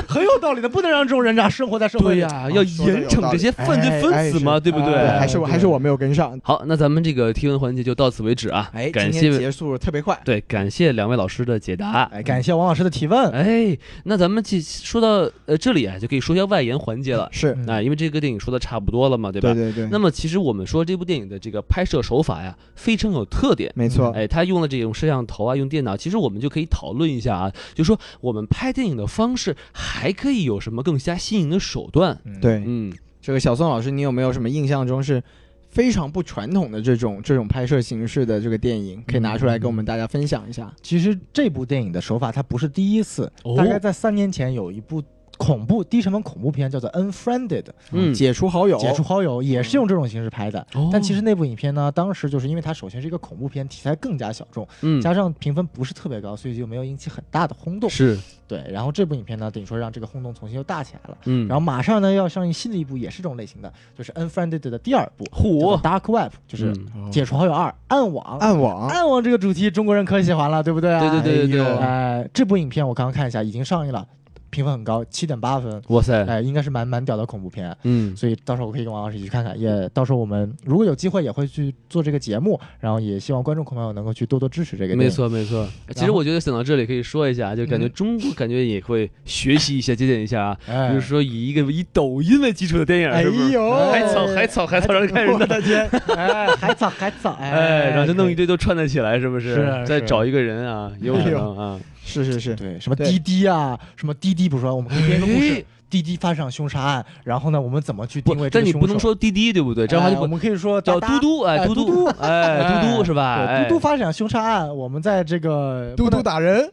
S4: 很有道理的，不能让这种人渣生活在社
S1: 对
S4: 会里。
S1: 呀、要
S3: 说得
S1: 严
S3: 有
S1: 惩
S3: 道
S1: 这
S3: 理
S1: 些犯罪
S3: 哎
S1: 分
S3: 哎
S1: 子
S3: 是
S1: 嘛，对不对？
S3: 还是我还是我没有跟上。
S1: 好，那咱们这个提问环节就到此为止啊。
S3: 哎，今
S1: 感
S3: 天
S1: 谢
S3: 结束特别快，
S1: 对，感谢两位老师的解答。
S4: 哎，感谢王老师的提问。
S1: 哎，那咱们继说到呃这里啊，就可以说一下外延环节了。
S3: 是
S4: 嗯
S1: 啊，因为这个电影说的差不多了嘛，对吧？
S3: 对对对，
S1: 那么其实我们说这部电影的这个拍摄手法呀，非常有特点。
S3: 没
S4: 啊
S3: 错，
S1: 哎，他用了这种摄像头啊，用电脑，其实我们就可以讨论一下啊，就说我们拍电影的方式还可以有什么更加新颖的手段？
S4: 嗯，
S3: 对
S1: 嗯，
S3: 这个小宋老师，你有没有什么印象中是非常不传统的这种这种拍摄形式的这个电影，可以拿出来跟我们大家分享一下？
S4: 其实这部电影的手法它不是第一次，
S1: 哦
S4: 大概在三年前有一部恐怖低成本恐怖片叫做《Unfriended》，
S1: 嗯，
S3: 解除好友，
S4: 解除好
S1: 哦
S4: 友也是用这种形式拍的。但其实那部影片呢，当时就是因为它首先是一个恐怖片，题材更加小众，
S1: 嗯
S4: 加上评分不是特别高，所以就没有引起很大的轰动。
S1: 是
S4: 对，然后这部影片呢，等于说让这个轰动重新又大起来了。
S1: 嗯，
S4: 然后马上呢要上映新的一部也是这种类型的，就是《Unfriended》的第二部
S1: 嚯
S4: 叫做 Dark Web》，就是
S1: 哦嗯
S3: 哦
S4: 解除好友二暗网。
S3: 暗网，
S4: 暗网这个主题中国人可喜欢了，对不对啊？
S1: 啊对对对对对，
S3: 哎呦
S4: 哎，这部影片我刚刚看一下，已经上映了，评分很高，七点八分，
S1: 哇塞，
S4: 哎，应该是蛮蛮屌的恐怖片。
S1: 嗯，
S4: 所以到时候我可以跟王老师一起去看看，也到时候我们如果有机会也会去做这个节目，然后也希望观众朋友能够去多多支持这个。
S1: 没，错没错。其实我觉得想到这里可以说一下，就感觉中国感觉也会学习一下、借鉴一下啊，
S4: 嗯哎，
S1: 比如说以一个以抖音为基础的电影，
S3: 哎
S1: 是不是？
S3: 呦，
S1: 海草海草海草，让人看人
S3: 我
S1: 的。
S3: 的 天，
S4: 哎，还早还早，
S1: 哎，然后就弄一
S4: 堆，
S1: 堆都串得起来，是不
S4: 是啊
S1: 再
S4: 是啊
S1: 找一个人 啊，也有可能啊。
S3: 是是是，
S4: 对，什么
S3: 对
S4: 滴滴啊，什么滴滴，比如说我们可以编一个故
S1: 哎
S4: 事，滴滴发生凶杀案，然后呢，我们怎么去定
S1: 不，
S4: 位这
S1: 但
S4: 个
S1: 你
S4: 凶
S1: 不
S4: 手？
S1: 能说滴滴，对不对？
S4: 哎，
S1: 这样的话
S4: 我
S1: 就不
S4: 们可以说
S1: 叫
S4: 哒哒
S1: 嘟嘟，哎，
S4: 哎
S1: 嘟
S4: 嘟嘟，
S1: 哎，
S4: 哎
S1: 嘟嘟是吧？
S4: 对，
S1: 哎
S4: 嘟嘟，发展凶杀案，我们在这个
S3: 嘟
S4: 不
S3: 嘟
S4: 能
S3: 打人，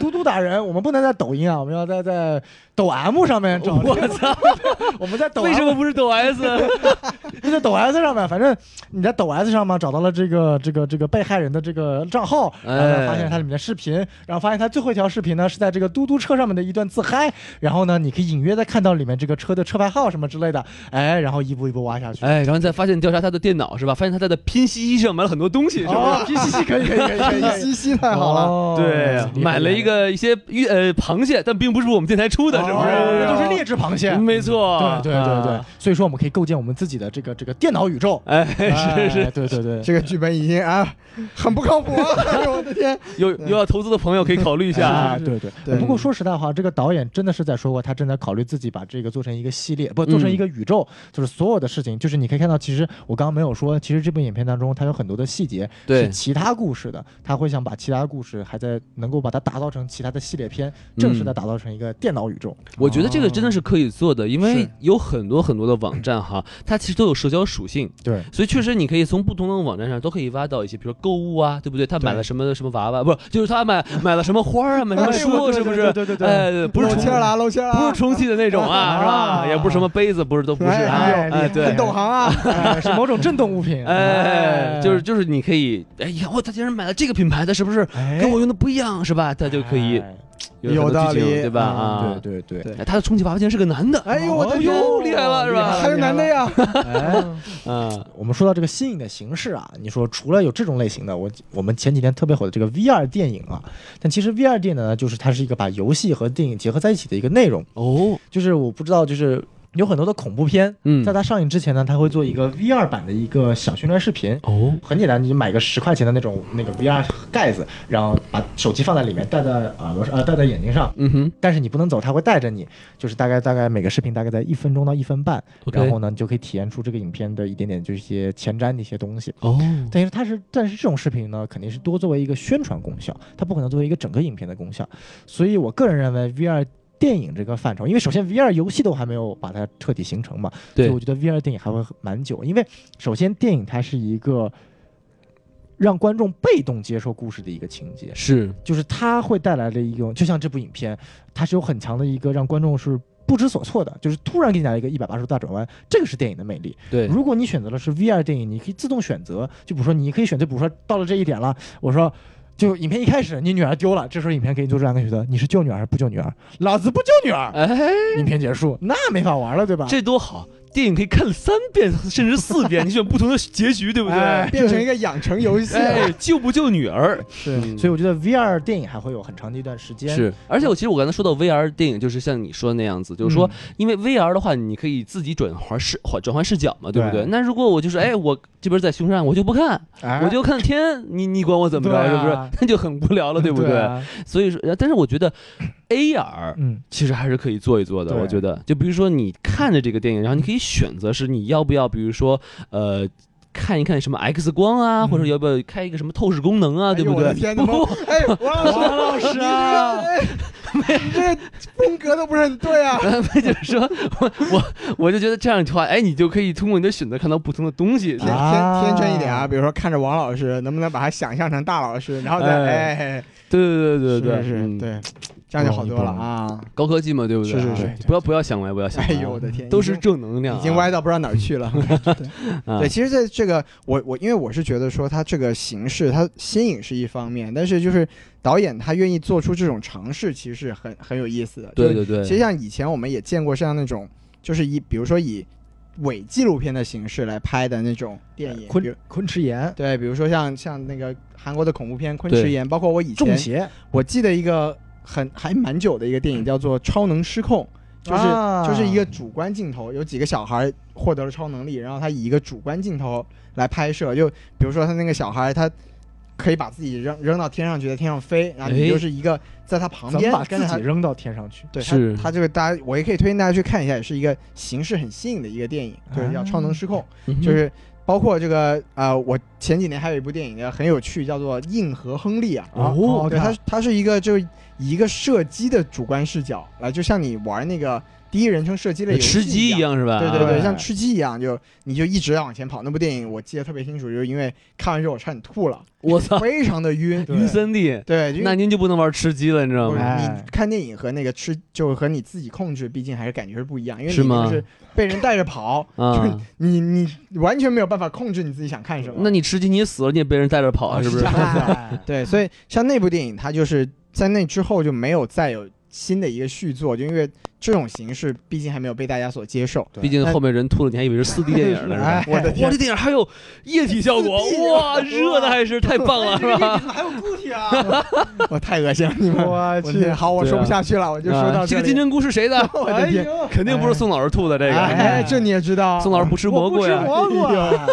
S4: 嘟嘟打人，我们不能在抖音啊，我们要在在抖 M 上面找。我操， 我们在抖啊 M
S1: 为什么不是抖 S？
S4: 就在抖 S 上面，反正你在抖 S 上面找到了这个这个这个被害人的这个账号，然后
S1: 哎
S4: 呢发现它里面的视频，然后发现他最后一条视频呢是在这个嘟嘟车上面的一段自嗨，然后呢你可以隐约的看到里面这个车的车牌号什么之类的，哎，然后一步一步挖下去。
S1: 哎，然后你再发现调查他的电脑是吧？发现他在的拼夕夕上买了很多东西是吧？
S4: 哦，P 七七可以可以可以可 以可以，
S3: 西西太好了。
S4: 哦
S1: 对，买了一，个一些鱼呃螃蟹，但并不是我们电台出的，是不
S4: 哦
S1: 是？嗯
S4: 都是劣质螃蟹。
S1: 没错，
S4: 对对对对
S1: 啊，，
S4: 所以说我们可以构建我们自己的这个这个电脑宇宙。
S1: 哎，
S4: 哎
S1: 是是，
S4: 对对对，
S3: 这个剧本已经啊，很不靠谱啊！哎呦我的 天，
S1: 有有要投资的朋友可以考虑一下
S4: 啊，
S1: 啊。
S4: 对对
S3: 对
S4: 不过说实在话，这个导演真的是在说过，他正在考虑自己把这个做成一个系列，不做
S1: 嗯
S4: 成一个宇宙，就是所有的事情，就是你可以看到，其实我刚刚没有说，其实这部影片当中它有很多的细节
S1: 对
S4: 是其他故事的，他会想把其他故事还在能够把它打造成其他的系列片，正式的打造成一个电脑宇宙。
S1: 嗯
S4: 哦
S1: 我觉得这个真的是可以做的，因为
S3: 是
S1: 有很多很多的网站哈，它其实都有社交属性，
S4: 对，
S1: 所以确实你可以从不同的网站上都可以挖到一些，比如说购物啊，对不对？他买了什么什么娃娃，不是，就是他 买买了什么花啊，买什么书，是不是？
S4: 哎对对对对
S1: 哎，不是
S3: 露
S1: 充
S3: 馅了，露馅了，
S1: 不是充气的那种啊，是吧？
S4: 啊
S1: 也不是什么杯子，不是都不是啊，
S4: 哎
S1: 哎
S4: 哎
S1: 对
S3: 很懂行啊！
S4: 哎，是某种震动物品，
S1: 哎，就是就是你可以，哎呀，我他竟然买了这个品牌的，是不是跟我用的不一样，是吧？他就可以
S4: 哎
S1: 有很
S3: 有
S1: 多
S3: 道
S1: 剧情
S3: 理
S1: 对吧？
S3: 嗯
S1: 啊，
S4: 对对 对，
S3: 对
S1: 哎他的充气娃娃竟然是个男的，
S3: 哎呦我的
S1: 哦
S3: 天，
S1: 哟厉害了是吧
S3: 还有男的呀，
S4: 哎
S1: 嗯，
S4: 我们说到这个新颖的形式啊，你说除了有这种类型的，我我们前几天特别火的这个 VR 电影啊，但其实 VR 电影呢，就是它是一个把游戏和电影结合在一起的一个内容。
S1: 哦，
S4: 就是我不知道，就是有很多的恐怖片，
S1: 嗯
S4: 在它上映之前呢，它会做一个 VR 版的一个小宣传视频。
S1: 哦，
S4: 很简单，你就买个十块钱的那种那个 VR 盖子，然后把手机放在里面，戴在耳朵上，呃，戴在眼睛上，
S1: 嗯哼，
S4: 但是你不能走，它会带着你，就是大概大概每个视频大概在一分钟到一分半
S1: OK
S4: 然后呢，你就可以体验出这个影片的一点点就是一些前瞻的一些东西。
S1: 哦，
S4: 但是它是，但是这种视频呢，肯定是多作为一个宣传功效，它不可能作为一个整个影片的功效。所以我个人认为，VR 电影这个范畴，因为首先 VR 游戏都还没有把它彻底形成嘛，所
S1: 对
S4: 以我觉得 VR 电影还会蛮久。因为首先电影它是一个让观众被动接受故事的一个情节，
S1: 是，
S4: 就是它会带来的一种，就像这部影片，它是有很强的一个让观众是不知所措的，就是突然给你来一个一百八十度大转弯，这个是电影的魅力。
S1: 对，
S4: 如果你选择了是 VR 电影，你可以自动选择，就比如说你可以选择，比如说到了这一点了，我说。就影片一开始，你女儿丢了，这时候影片给你做出两个选择：你是救女儿还是不救女儿？老子不救女儿！
S1: 哎，
S4: 影片结束，那没法玩了，对吧？
S1: 这多好，电影可以看三遍甚至四 遍，你选不同的结局，对不对？
S4: 哎 啊
S3: 变成一个养成游戏了。
S1: 哎，救不救女儿？
S4: 是
S1: 嗯
S4: 所以我觉得 VR 电影还会有很长的一段时间。，
S1: 而且我其实我刚才说到 VR 电影，就是像你说的那样子，就是说，
S4: 嗯
S1: 因为 VR 的话，你可以自己转换视换转换视角嘛，对不对？
S4: 对
S1: 那如果我就是哎，我这边在凶杀，我就不看，
S4: 哎、
S1: 我就看天，你你管我怎么着，
S4: 对
S1: 是不
S4: 啊
S1: 是？那就很无聊了，对不对？
S4: 啊
S1: 所以说，呃但是我觉得 AR
S4: 嗯，
S1: 其实还是可以做一做的。
S4: 对
S1: 我觉得，就比如说你看着这个电影，然后你可以选择是你要不要，比如说呃。看一看什么 X 光啊，
S4: 嗯
S1: 或者要不要开一个什么透视功能啊，
S3: 哎
S1: 对不
S3: 呦我
S1: 对
S3: 的？天，怎 么？哎，王老师，
S4: 王老师啊
S3: 你这个哎你这个风格都不是很对 啊。
S1: 呃，不就是说，我我我就觉得这样的话，哎，你就可以通过你的选择看到不同的东西。
S3: 天天天真一点啊，比如说看着王老师，能不能把他想象成大老师，然后再
S1: 哎
S3: 哎，哎
S1: 对对对对对，
S3: 是是
S1: 嗯
S3: 是，对，这样就好多了啊。
S1: 高科技嘛，对不对？
S3: 是是
S1: 啊
S3: 是
S1: 对不要不要想歪，不要想
S3: 哎
S1: 歪，
S3: 呦我的天，
S1: 都
S3: 已经
S1: 是正能量啊，
S3: 已经歪到不知道哪儿去了。
S1: 啊。
S3: 对，其实在这个我我因为我是觉得说它这个形式，它新颖是一方面，但是就是导演他愿意做出这种尝试，其实是很很有意思的。
S1: 对
S3: 就
S1: 对对，
S3: 其实像以前我们也见过像那种，就是以比如说以伪纪录片的形式来拍的那种电
S1: 哎
S3: 影，比如
S4: 昆昆池岩、
S3: 对，比如说像像那个韩国的恐怖片《昆
S1: 对
S3: 池岩》，包括我以
S4: 中
S3: 前
S4: 邪，
S3: 我记得一个很还蛮久的一个电
S1: 嗯
S3: 影叫做《超能失控》，就是、
S4: 啊
S3: 就是一个主观镜头，有几个小孩获得了超能力，然后他以一个主观镜头来拍摄，就比如说他那个小孩他。可以把自己扔扔到天上去，在天上飞，然后
S1: 哎
S3: 你就是一个在他旁
S4: 怎么
S3: 边
S4: 把
S3: 跟
S4: 自
S3: 着他
S4: 己扔到天上去？
S3: 对，
S1: 是
S3: 他他这个大家，我也可以推荐大家去看一下，也是一个形式很新颖的一个电影，就是叫
S4: 啊
S3: 《超能失控》，
S1: 嗯
S3: 就。是包括这个呃，我前几年还有一部电影也很有趣，叫做《硬核亨利》啊，
S1: 哦
S3: 对，它它是一个就是以一个射击的主观视角来，就像你玩那个第一人称射击类游戏
S1: 吃鸡
S3: 一
S1: 一
S3: 样。
S1: 样是吧？啊
S3: 对对对，
S4: 对
S3: 像吃鸡一样，就你就一直要往前跑。那部电影我记得特别清楚，就是因为看完之后我差点吐了，
S1: 我操，
S3: 非常的晕。
S1: 晕森地，
S3: 对，就
S1: 哦那您就不能玩吃鸡了，你知道
S3: 不是
S1: 吗？
S4: 哎
S3: 你看电影和那个吃，就和你自己控制，毕竟还是感觉是不一样，因为
S1: 是
S3: 你
S1: 吗
S3: 就是被人带着跑，就是
S1: 啊，
S3: 你你完全没有办法控制你自己想看什么。
S1: 那你吃鸡你死了，你也被人带着跑啊，是不是
S3: 是？
S4: 哎
S3: 对，所以像那部电影，它就是在那之后就没有再有新的一个续作，就因为这种形式毕竟还没有被大家所接受。
S1: 毕竟后面人吐了，你还以为是四 D 电影呢，是吧？
S3: 哎，我的
S1: 哇，
S3: 天！
S1: 这电影还有液体效果，
S3: 4D
S1: 哇，
S3: 哇
S1: 热的还是太棒
S3: 哎
S1: 了，是吧？
S3: 还有固体啊！我太恶心了你们！
S4: 我
S3: 我
S4: 去
S3: 天，，好，我说不下去了，我就说
S1: 啊
S3: 到
S1: 这个金
S3: 里。
S1: 针菇是谁的？ 哎
S3: 我的天！
S1: 肯定不是宋老师吐的这个。啊
S3: 哎，这你也知道？哎
S1: 宋老师不吃蘑菇呀。
S4: 我不吃蘑菇啊。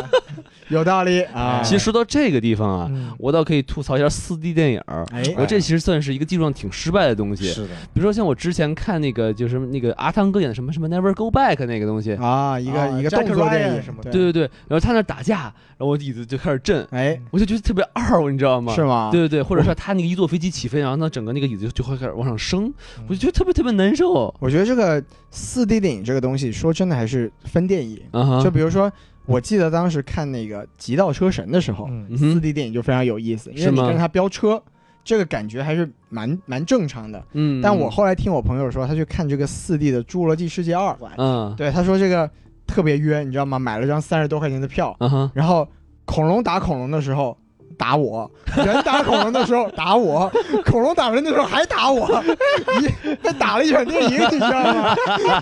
S3: 有道理啊！
S1: 其实说到这个地方啊，
S4: 嗯
S1: 我倒可以吐槽一下四 D 电影儿。
S3: 哎，
S1: 我这其实算是一个技术上挺失败的东西，
S4: 的，
S1: 比如说像我之前看那个就是那个阿汤哥演的什么什么 Never Go Back 那个东西，
S3: 啊，一
S4: 啊
S3: 个一个
S4: Jack
S3: 动作电
S4: Ryan
S3: 影
S4: 什么的
S1: 对对对，然后他那打架，然后我椅子就开始震，
S3: 哎，
S1: 我就觉得特别二，你知道吗？
S3: 是吗？
S1: 嗯对对对，或者说他那个一坐飞机起飞，然后呢整个那个椅子就就会开始往上升，
S3: 嗯
S1: 我就觉得特别特别难受
S3: 我觉得这个四 D 电影这个东西，说真的还是分电影。
S1: 啊哈。
S3: 就比如说，我记得当时看那个《极道车神》的时候，
S4: 嗯，
S1: 嗯
S3: 四
S1: 哼
S3: D 电影就非常有意思，因
S1: 是
S3: 为你
S1: 吗
S3: 跟着他飙车，这个感觉还是蛮蛮正常的。
S1: 嗯，
S3: 但我后来听我朋友说，他去看这个四 D 的《侏罗纪世界二》，
S1: 嗯
S3: 对他说这个特别冤，你知道吗？买了张三十多块钱的票，
S1: 啊哈，
S3: 然后恐龙打恐龙的时候打我，人打恐龙的时候打我，恐龙打人的时候还打我，一被打了一场电影，你知道吗？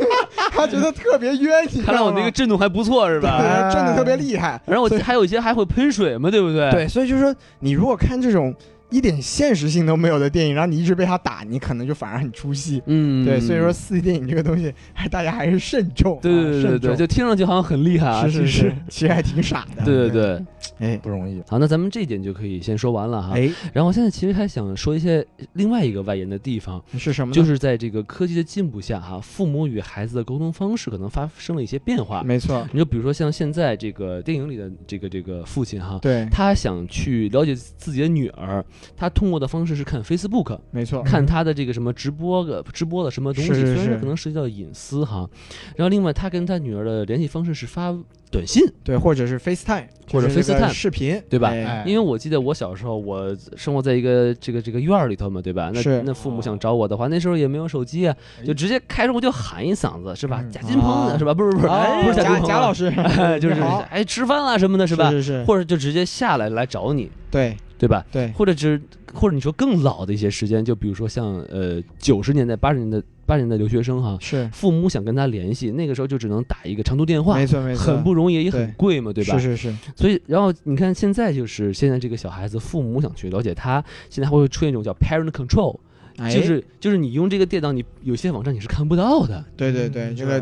S3: 他觉得特别冤，你知
S1: 看来
S3: 道
S1: 我
S3: 吗？
S1: 那个哎震动还不错是吧？
S3: 对震的特 别厉害。
S1: 然后我还有一些还会喷水嘛，对不对？
S3: 对，所以就是说，你如果看这种一点现实性都没有的电影，然后你一直被他打，你可能就反而很出戏。
S1: 嗯，
S3: 对，所以说四 D 电影这个东西，还大家还是慎重啊，
S1: 对对对对
S3: 慎
S1: 对，
S3: 重
S1: 就听上去好像很厉害啊，
S3: 是
S1: 其
S3: 是
S1: 实
S3: 是，其实还挺傻的。
S1: 对对，对，
S3: 哎，
S4: 不容易。
S1: 好，那咱们这一点就可以先说完了哈。
S3: 哎，
S1: 然后现在其实还想说一些另外一个外延的地方，
S3: 是什么呢？
S1: 就是在这个科技的进步下哈，父母与孩子的沟通方式可能发生了一些变化。
S3: 没错，
S1: 你就比如说像现在这个电影里的这个这个父亲哈，
S3: 对，
S1: 他想去了解自己的女儿，他通过的方式是看 Facebook，
S3: 没错，
S1: 看他的这个什么直播个直播的什么东西，
S3: 是是
S1: 虽然
S3: 是
S1: 这可能涉及到隐私哈。然后另外他跟他女儿的联系方式是发短信，
S3: 对，或者是 FaceTime，
S1: 或者
S3: 就是那个
S1: FaceTime
S3: 视频，
S1: 对吧
S3: 哎
S4: 哎
S1: 因为我记得我小时候，我生活在一个这个这个院儿里头嘛，对吧？那
S3: 是
S1: 那父母想找我的话，那时候也没有手机啊，就直接开着我就喊一嗓子，是吧？贾金鹏
S3: 啊
S1: 是吧？不是不是
S3: 哎
S1: 哦不是贾
S3: 贾
S1: 金鹏
S3: 贾老
S1: 啊，
S3: 师，
S1: 就是
S3: 你好
S1: 哎吃饭啦什么的， 是吧？
S3: 是是，
S1: 或者就直接下来来找你，
S3: 对
S1: 对吧？
S3: 对，
S1: 或者只或者你说更老的一些时间，就比如说像呃九十年代、八十年代、八十年代留学生哈，
S3: 是，
S1: 父母想跟他联系，那个时候就只能打一个长途电话
S3: 没，错没错，
S1: 很不容易，也很
S3: 对
S1: 贵嘛，对吧？
S3: 是是是，
S1: 所以，然后你看，现在就是现在这个小孩子，父母想去了解他，现在会出现一种叫 parent control，、
S3: 哎
S1: 就是就是你用这个电脑，你有些网站你是看不到的。
S3: 对对对，
S4: 嗯
S3: 这个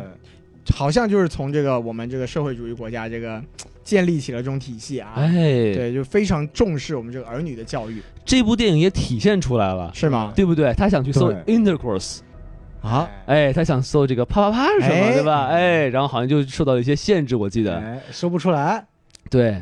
S3: 好像就是从这个我们这个社会主义国家这个建立起了这种体系啊。
S1: 哎，啊
S3: 对，就非常重视我们这个儿女的教育，
S1: 这部电影也体现出来了，
S3: 是吗？
S1: 对不对？他想去搜
S4: 对
S1: intercourse，
S3: 啊，
S1: 哎，他想搜这个啪啪啪是什么，
S3: 哎
S1: 对吧？哎，然后好像就受到了一些限制，我记得。
S4: 哎，说不出来，
S1: 对，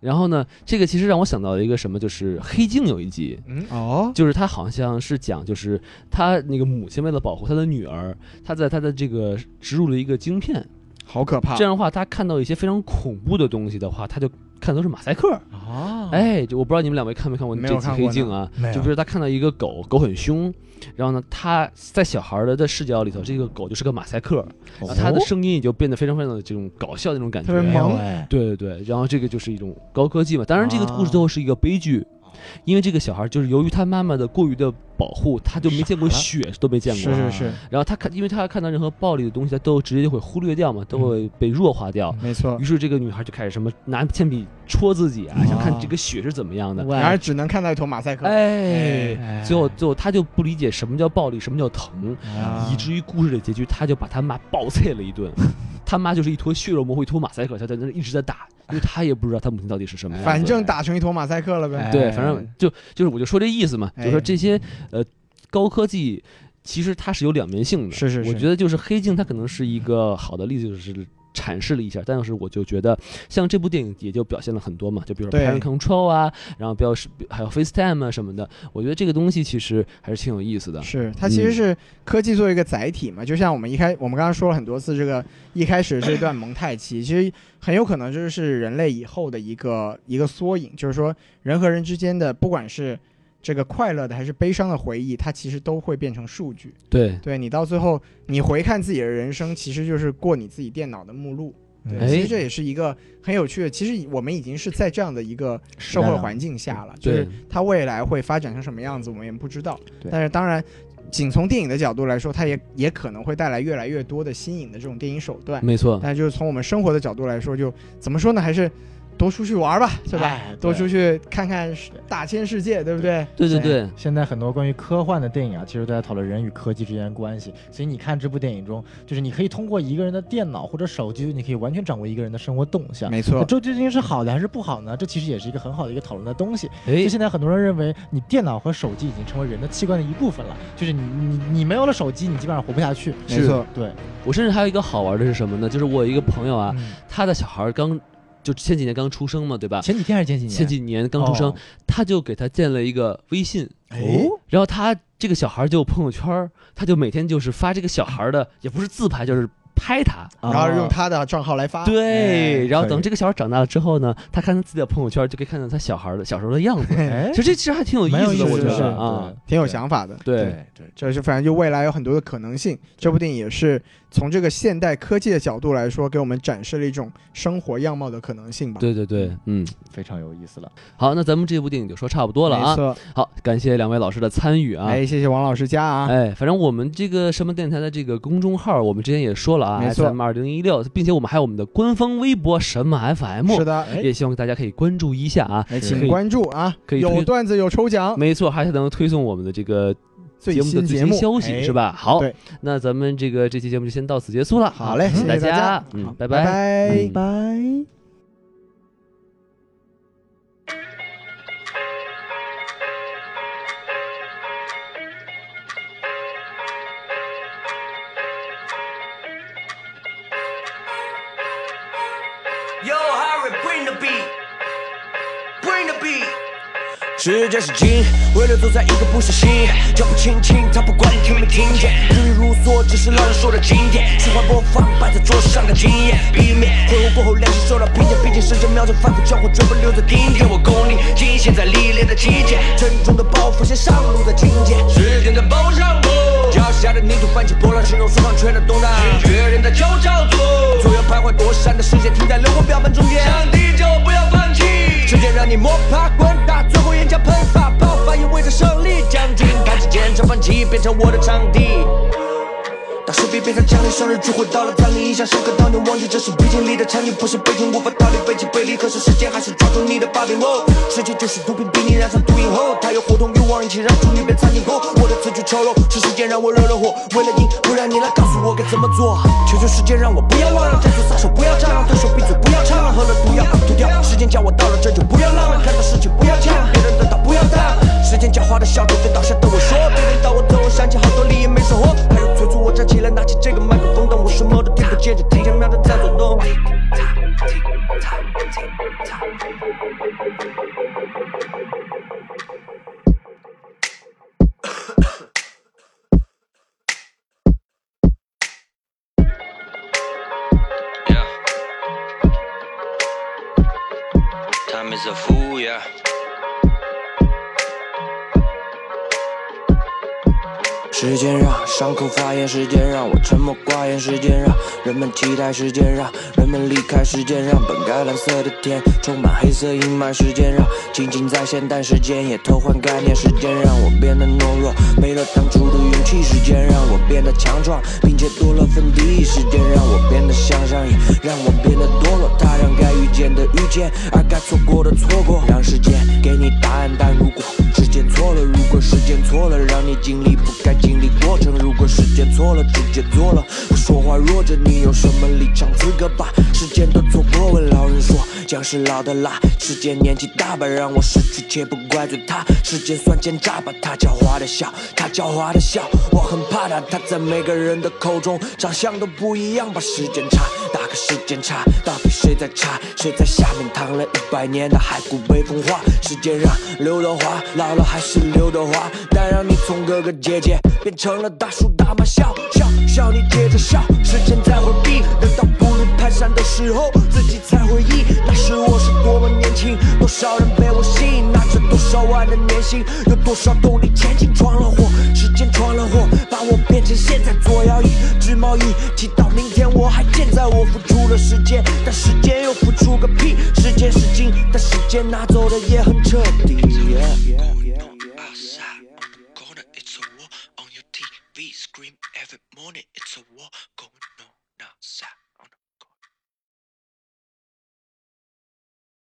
S1: 然后呢，这个其实让我想到了一个什么，就是《黑镜》有一集，
S4: 嗯，
S3: 哦，
S1: 就是他好像是讲，就是他那个母亲为了保护他的女儿，他在他的这个植入了一个晶片，
S3: 好可怕
S1: 这样的话，他看到一些非常恐怖的东西的话，他就看都是马赛克。
S3: 啊！
S1: 哎，就我不知道你们两位看没看过
S3: 没
S1: 这
S3: 有
S1: 期
S3: 看
S1: 黑
S3: 过
S1: 镜
S3: 呢
S1: 啊？
S4: 没有
S1: 就比如他看到一个狗，狗很凶，然后呢，他在小孩儿的的视角里头，这个狗就是个马赛克，然后他的声音也就变得非常非常的这种搞笑的那种感觉，
S3: 哦特别
S4: 没有
S3: 萌
S4: 哎，
S1: 对对对，然后这个就是一种高科技嘛。当然，这个故事
S3: 啊
S1: 最后是一个悲剧，因为这个小孩就是由于他妈妈的过于的保护，他就没见过
S4: 傻了
S1: 血都没见过
S3: 是。是是，
S1: 然后他看，因为他看到任何暴力的东西，他都直接就会忽略掉嘛，都会
S3: 嗯
S1: 被弱化掉。
S3: 没错
S1: 于。是这个女孩就开始什么拿铅笔戳自己啊，想看
S3: 啊
S1: 这个血是怎么样的。
S3: 然而只能看到一头马赛克。
S1: 哎，
S4: 哎
S1: 最后最后他就不理解什么叫暴力，什么叫疼，
S3: 啊
S1: 以至于故事的结局，他就把他妈暴揍了一顿。他妈就是一坨血肉模糊，一坨马赛克，他在那一直在打，因为他也不知道他母亲到底是什么样子。
S3: 反正打成一头马赛克了呗。
S1: 对，反正就就是我就说这意思嘛，就
S3: 哎
S1: 说这些呃高科技其实它是有两面性的。
S3: 是是是
S1: 我觉得就是黑镜它可能是一个好的例子，就是。阐释了一下，但是我就觉得，像这部电影也就表现了很多嘛，就比如说
S3: 对
S1: Parent Control 啊，然后标识还有 FaceTime 啊什么的，我觉得这个东西其实还是挺有意思的。
S3: 是它其实
S1: 嗯
S3: 是科技作为一个载体嘛，就像我们一开我们刚刚说了很多次，这个一开始这段蒙太奇，其实很有可能就是人类以后的一个一个缩影，就是说人和人之间的不管是这个快乐的还是悲伤的回忆，它其实都会变成数据。
S1: 对，
S3: 对你到最后你回看自己的人生，其实就是过你自己电脑的目录。对
S1: 哎
S3: 其实这也是一个很有趣的。其实我们已经是在这样的一个社会
S1: 哎
S3: 环境下了，就
S1: 对
S3: 是它未来会发展成什么样子，我们也不知道。
S4: 对
S3: 但是当然，仅从电影的角度来说，它也也可能会带来越来越多的新颖的这种电影手段。
S1: 没错，
S3: 但就是从我们生活的角度来说，就怎么说呢？还是多出去玩吧，对吧？
S4: 哎
S3: 多出去看看大千世界，对不对？哎
S1: 对对对，
S4: 现在很多关于科幻的电影啊，其实都在讨论人与科技之间的关系。所以你看这部电影中，就是你可以通过一个人的电脑或者手机，你可以完全掌握一个人的生活动向。
S3: 没错
S4: 这究竟是好的还是不好呢？这其实也是一个很好的一个讨论的东西。
S1: 哎
S4: 就，现在很多人认为，你电脑和手机已经成为人的器官的一部分了，就是你你你没有了手机，你基本上活不下去。
S3: 没错，
S4: 对，
S1: 我甚至还有一个好玩的是什么呢？就是我有一个朋友啊，
S4: 嗯
S1: 他的小孩儿刚就前几年刚出生嘛，对吧？
S4: 前几天还是前几年？
S1: 前几年刚出生
S4: 哦，
S1: 他就给他建了一个微信，
S4: 哦，
S1: 然后他这个小孩就有朋友圈儿，他就每天就是发这个小孩的，也不是自拍，就是拍他。
S3: 然后用他的账号来发。
S1: 对，
S3: 哎
S1: 然后等
S4: 啊可以
S1: 这个小孩长大了之后呢，他看他自己的朋友圈，就可以看到他小孩的小时候的样 子。
S4: 哎
S1: 其，实这其实还挺有意
S4: 蛮有
S1: 思
S4: 意
S1: 的，
S4: 思
S1: 我觉
S4: 的
S1: 得啊，
S3: 挺有想法的。
S1: 对，
S4: 对对，
S3: 就是反正就未来有很多的可能性。这部电影也是从这个现代科技的角度来说，给我们展示了一种生活样貌的可能性吧。，
S1: 对对对，嗯，
S4: 非常有意思了。
S1: 好，那咱们这部电影就说差不多了
S3: 没
S1: 啊。
S3: 错。
S1: 好，感谢两位老师的参与啊。
S3: 哎，谢谢王老师加啊。
S1: 哎，反正我们这个什么电台的这个公众号，我们之前也说了啊
S3: 没错
S1: ，FM 二零一六，并且我们还有我们的官方微博神马 FM，
S3: 是的，
S1: 也希望大家可以关注一下啊。
S3: 哎，
S4: 是
S3: 请关注啊，
S1: 可以
S3: 有
S1: 推
S3: 段子有抽奖，
S1: 没错，还能推送我们的这个
S3: 最
S1: 节目的
S3: 新
S1: 最
S3: 节
S1: 新
S3: 目
S1: 消息，
S3: 哎
S1: 是吧？好
S3: 对，
S1: 那咱们这个这期节目就先到此结束了。
S3: 好嘞，
S1: 嗯
S3: 谢谢
S1: 大
S3: 家，好
S1: 嗯，拜
S3: 拜拜
S1: 嗯
S4: 拜。
S5: Yo, Harry, bring the beat. Bring the beat. 时间是金，为了走在一个不小心，脚步轻轻，他不管你听没听见，日月如梭，只是老人说的经典，循环播放摆在桌上的经验，避免挥霍过后良心受到评价，毕竟时间秒针反复交换，绝不留在顶点，我功力尽现在历练的期间，沉重的包袱先上路再轻减，时间在包上我，脚下的泥土泛起波浪，形容舒畅圈的动荡，决人在就照做，左右徘徊躲闪的视线停在流光表面中间，上帝叫我不要放弃。时间让你摸爬滚打，最后岩浆喷发，爆发意味着胜利将近。开始检查反击，变成我的场地。当手臂变成强力，向日烛火到了当你印象深刻，当你忘记这是必经历的场景，不是背景无法逃离，背弃背离，可是时间还是抓住你的把柄。哦，时间就是毒品，比你染上毒瘾后，它有活动欲望，引起让处女变苍蝇后。我的词句丑陋，是时间让我惹了火，为了赢，不让你来告诉我该怎么做。求求时间让我不要忘了，战术撒手不要张扬，对手闭嘴不要唱，喝了毒药吐掉，时间叫我到了这就不要浪了，看到事情不要抢，别人得到不要当。时间狡猾的小丑对倒下的我说，别人到我头上想起好多利益没收获，还有催促我站起来拿起这个麦克风，但我什么都听不见，只听见秒针在走动。
S6: Yeah. Time is a fool, yeah.
S5: 时间让伤口发炎，时间让我沉默寡言，时间让人们期待，时间让人们离开，时间让本该蓝色的天充满黑色阴霾，时间让亲情再现，但时间也偷换概念，时间让我变得懦弱，没了当初的勇气，时间让我变得强壮，并且多了份敌意，时间让我变得向上瘾，让我变得堕落，它让该遇见的遇见，而该错过的错过，让时间给你答案，但如果时间错了，如果时间错了，让你经历不该经历过程。如果时间错了，直接做了。我说话弱着，你有什么离场资格把时间都错过？我老人说，姜是老的辣，时间年纪大吧，让我失去，且不怪罪他。时间算奸诈吧，他狡猾的笑，他狡猾的笑，我很怕他。他在每个人的口中长相都不一样吧，时间差，打个时间差，到底谁在差？谁在下面躺了一百年的骸骨被风化？时间让刘德华老了还是刘德华，但让你从哥哥姐姐变成了大叔大妈，笑笑笑，你接着笑，时间在回避，等到步入蹒跚的时候，自己才回忆，那时我是多么年轻，多少人被我吸引，拿着多少万的年薪，有多少动力前进，闯了祸，时间闯了祸，把我变成现在左摇椅、织毛衣，祈祷明天我还健在，我付出了时间，但时间又付出个屁，时间是金，但时间拿走的也很彻底。
S6: Outside, corner, it's a war on your TV screen every morning. It's a war going on outside.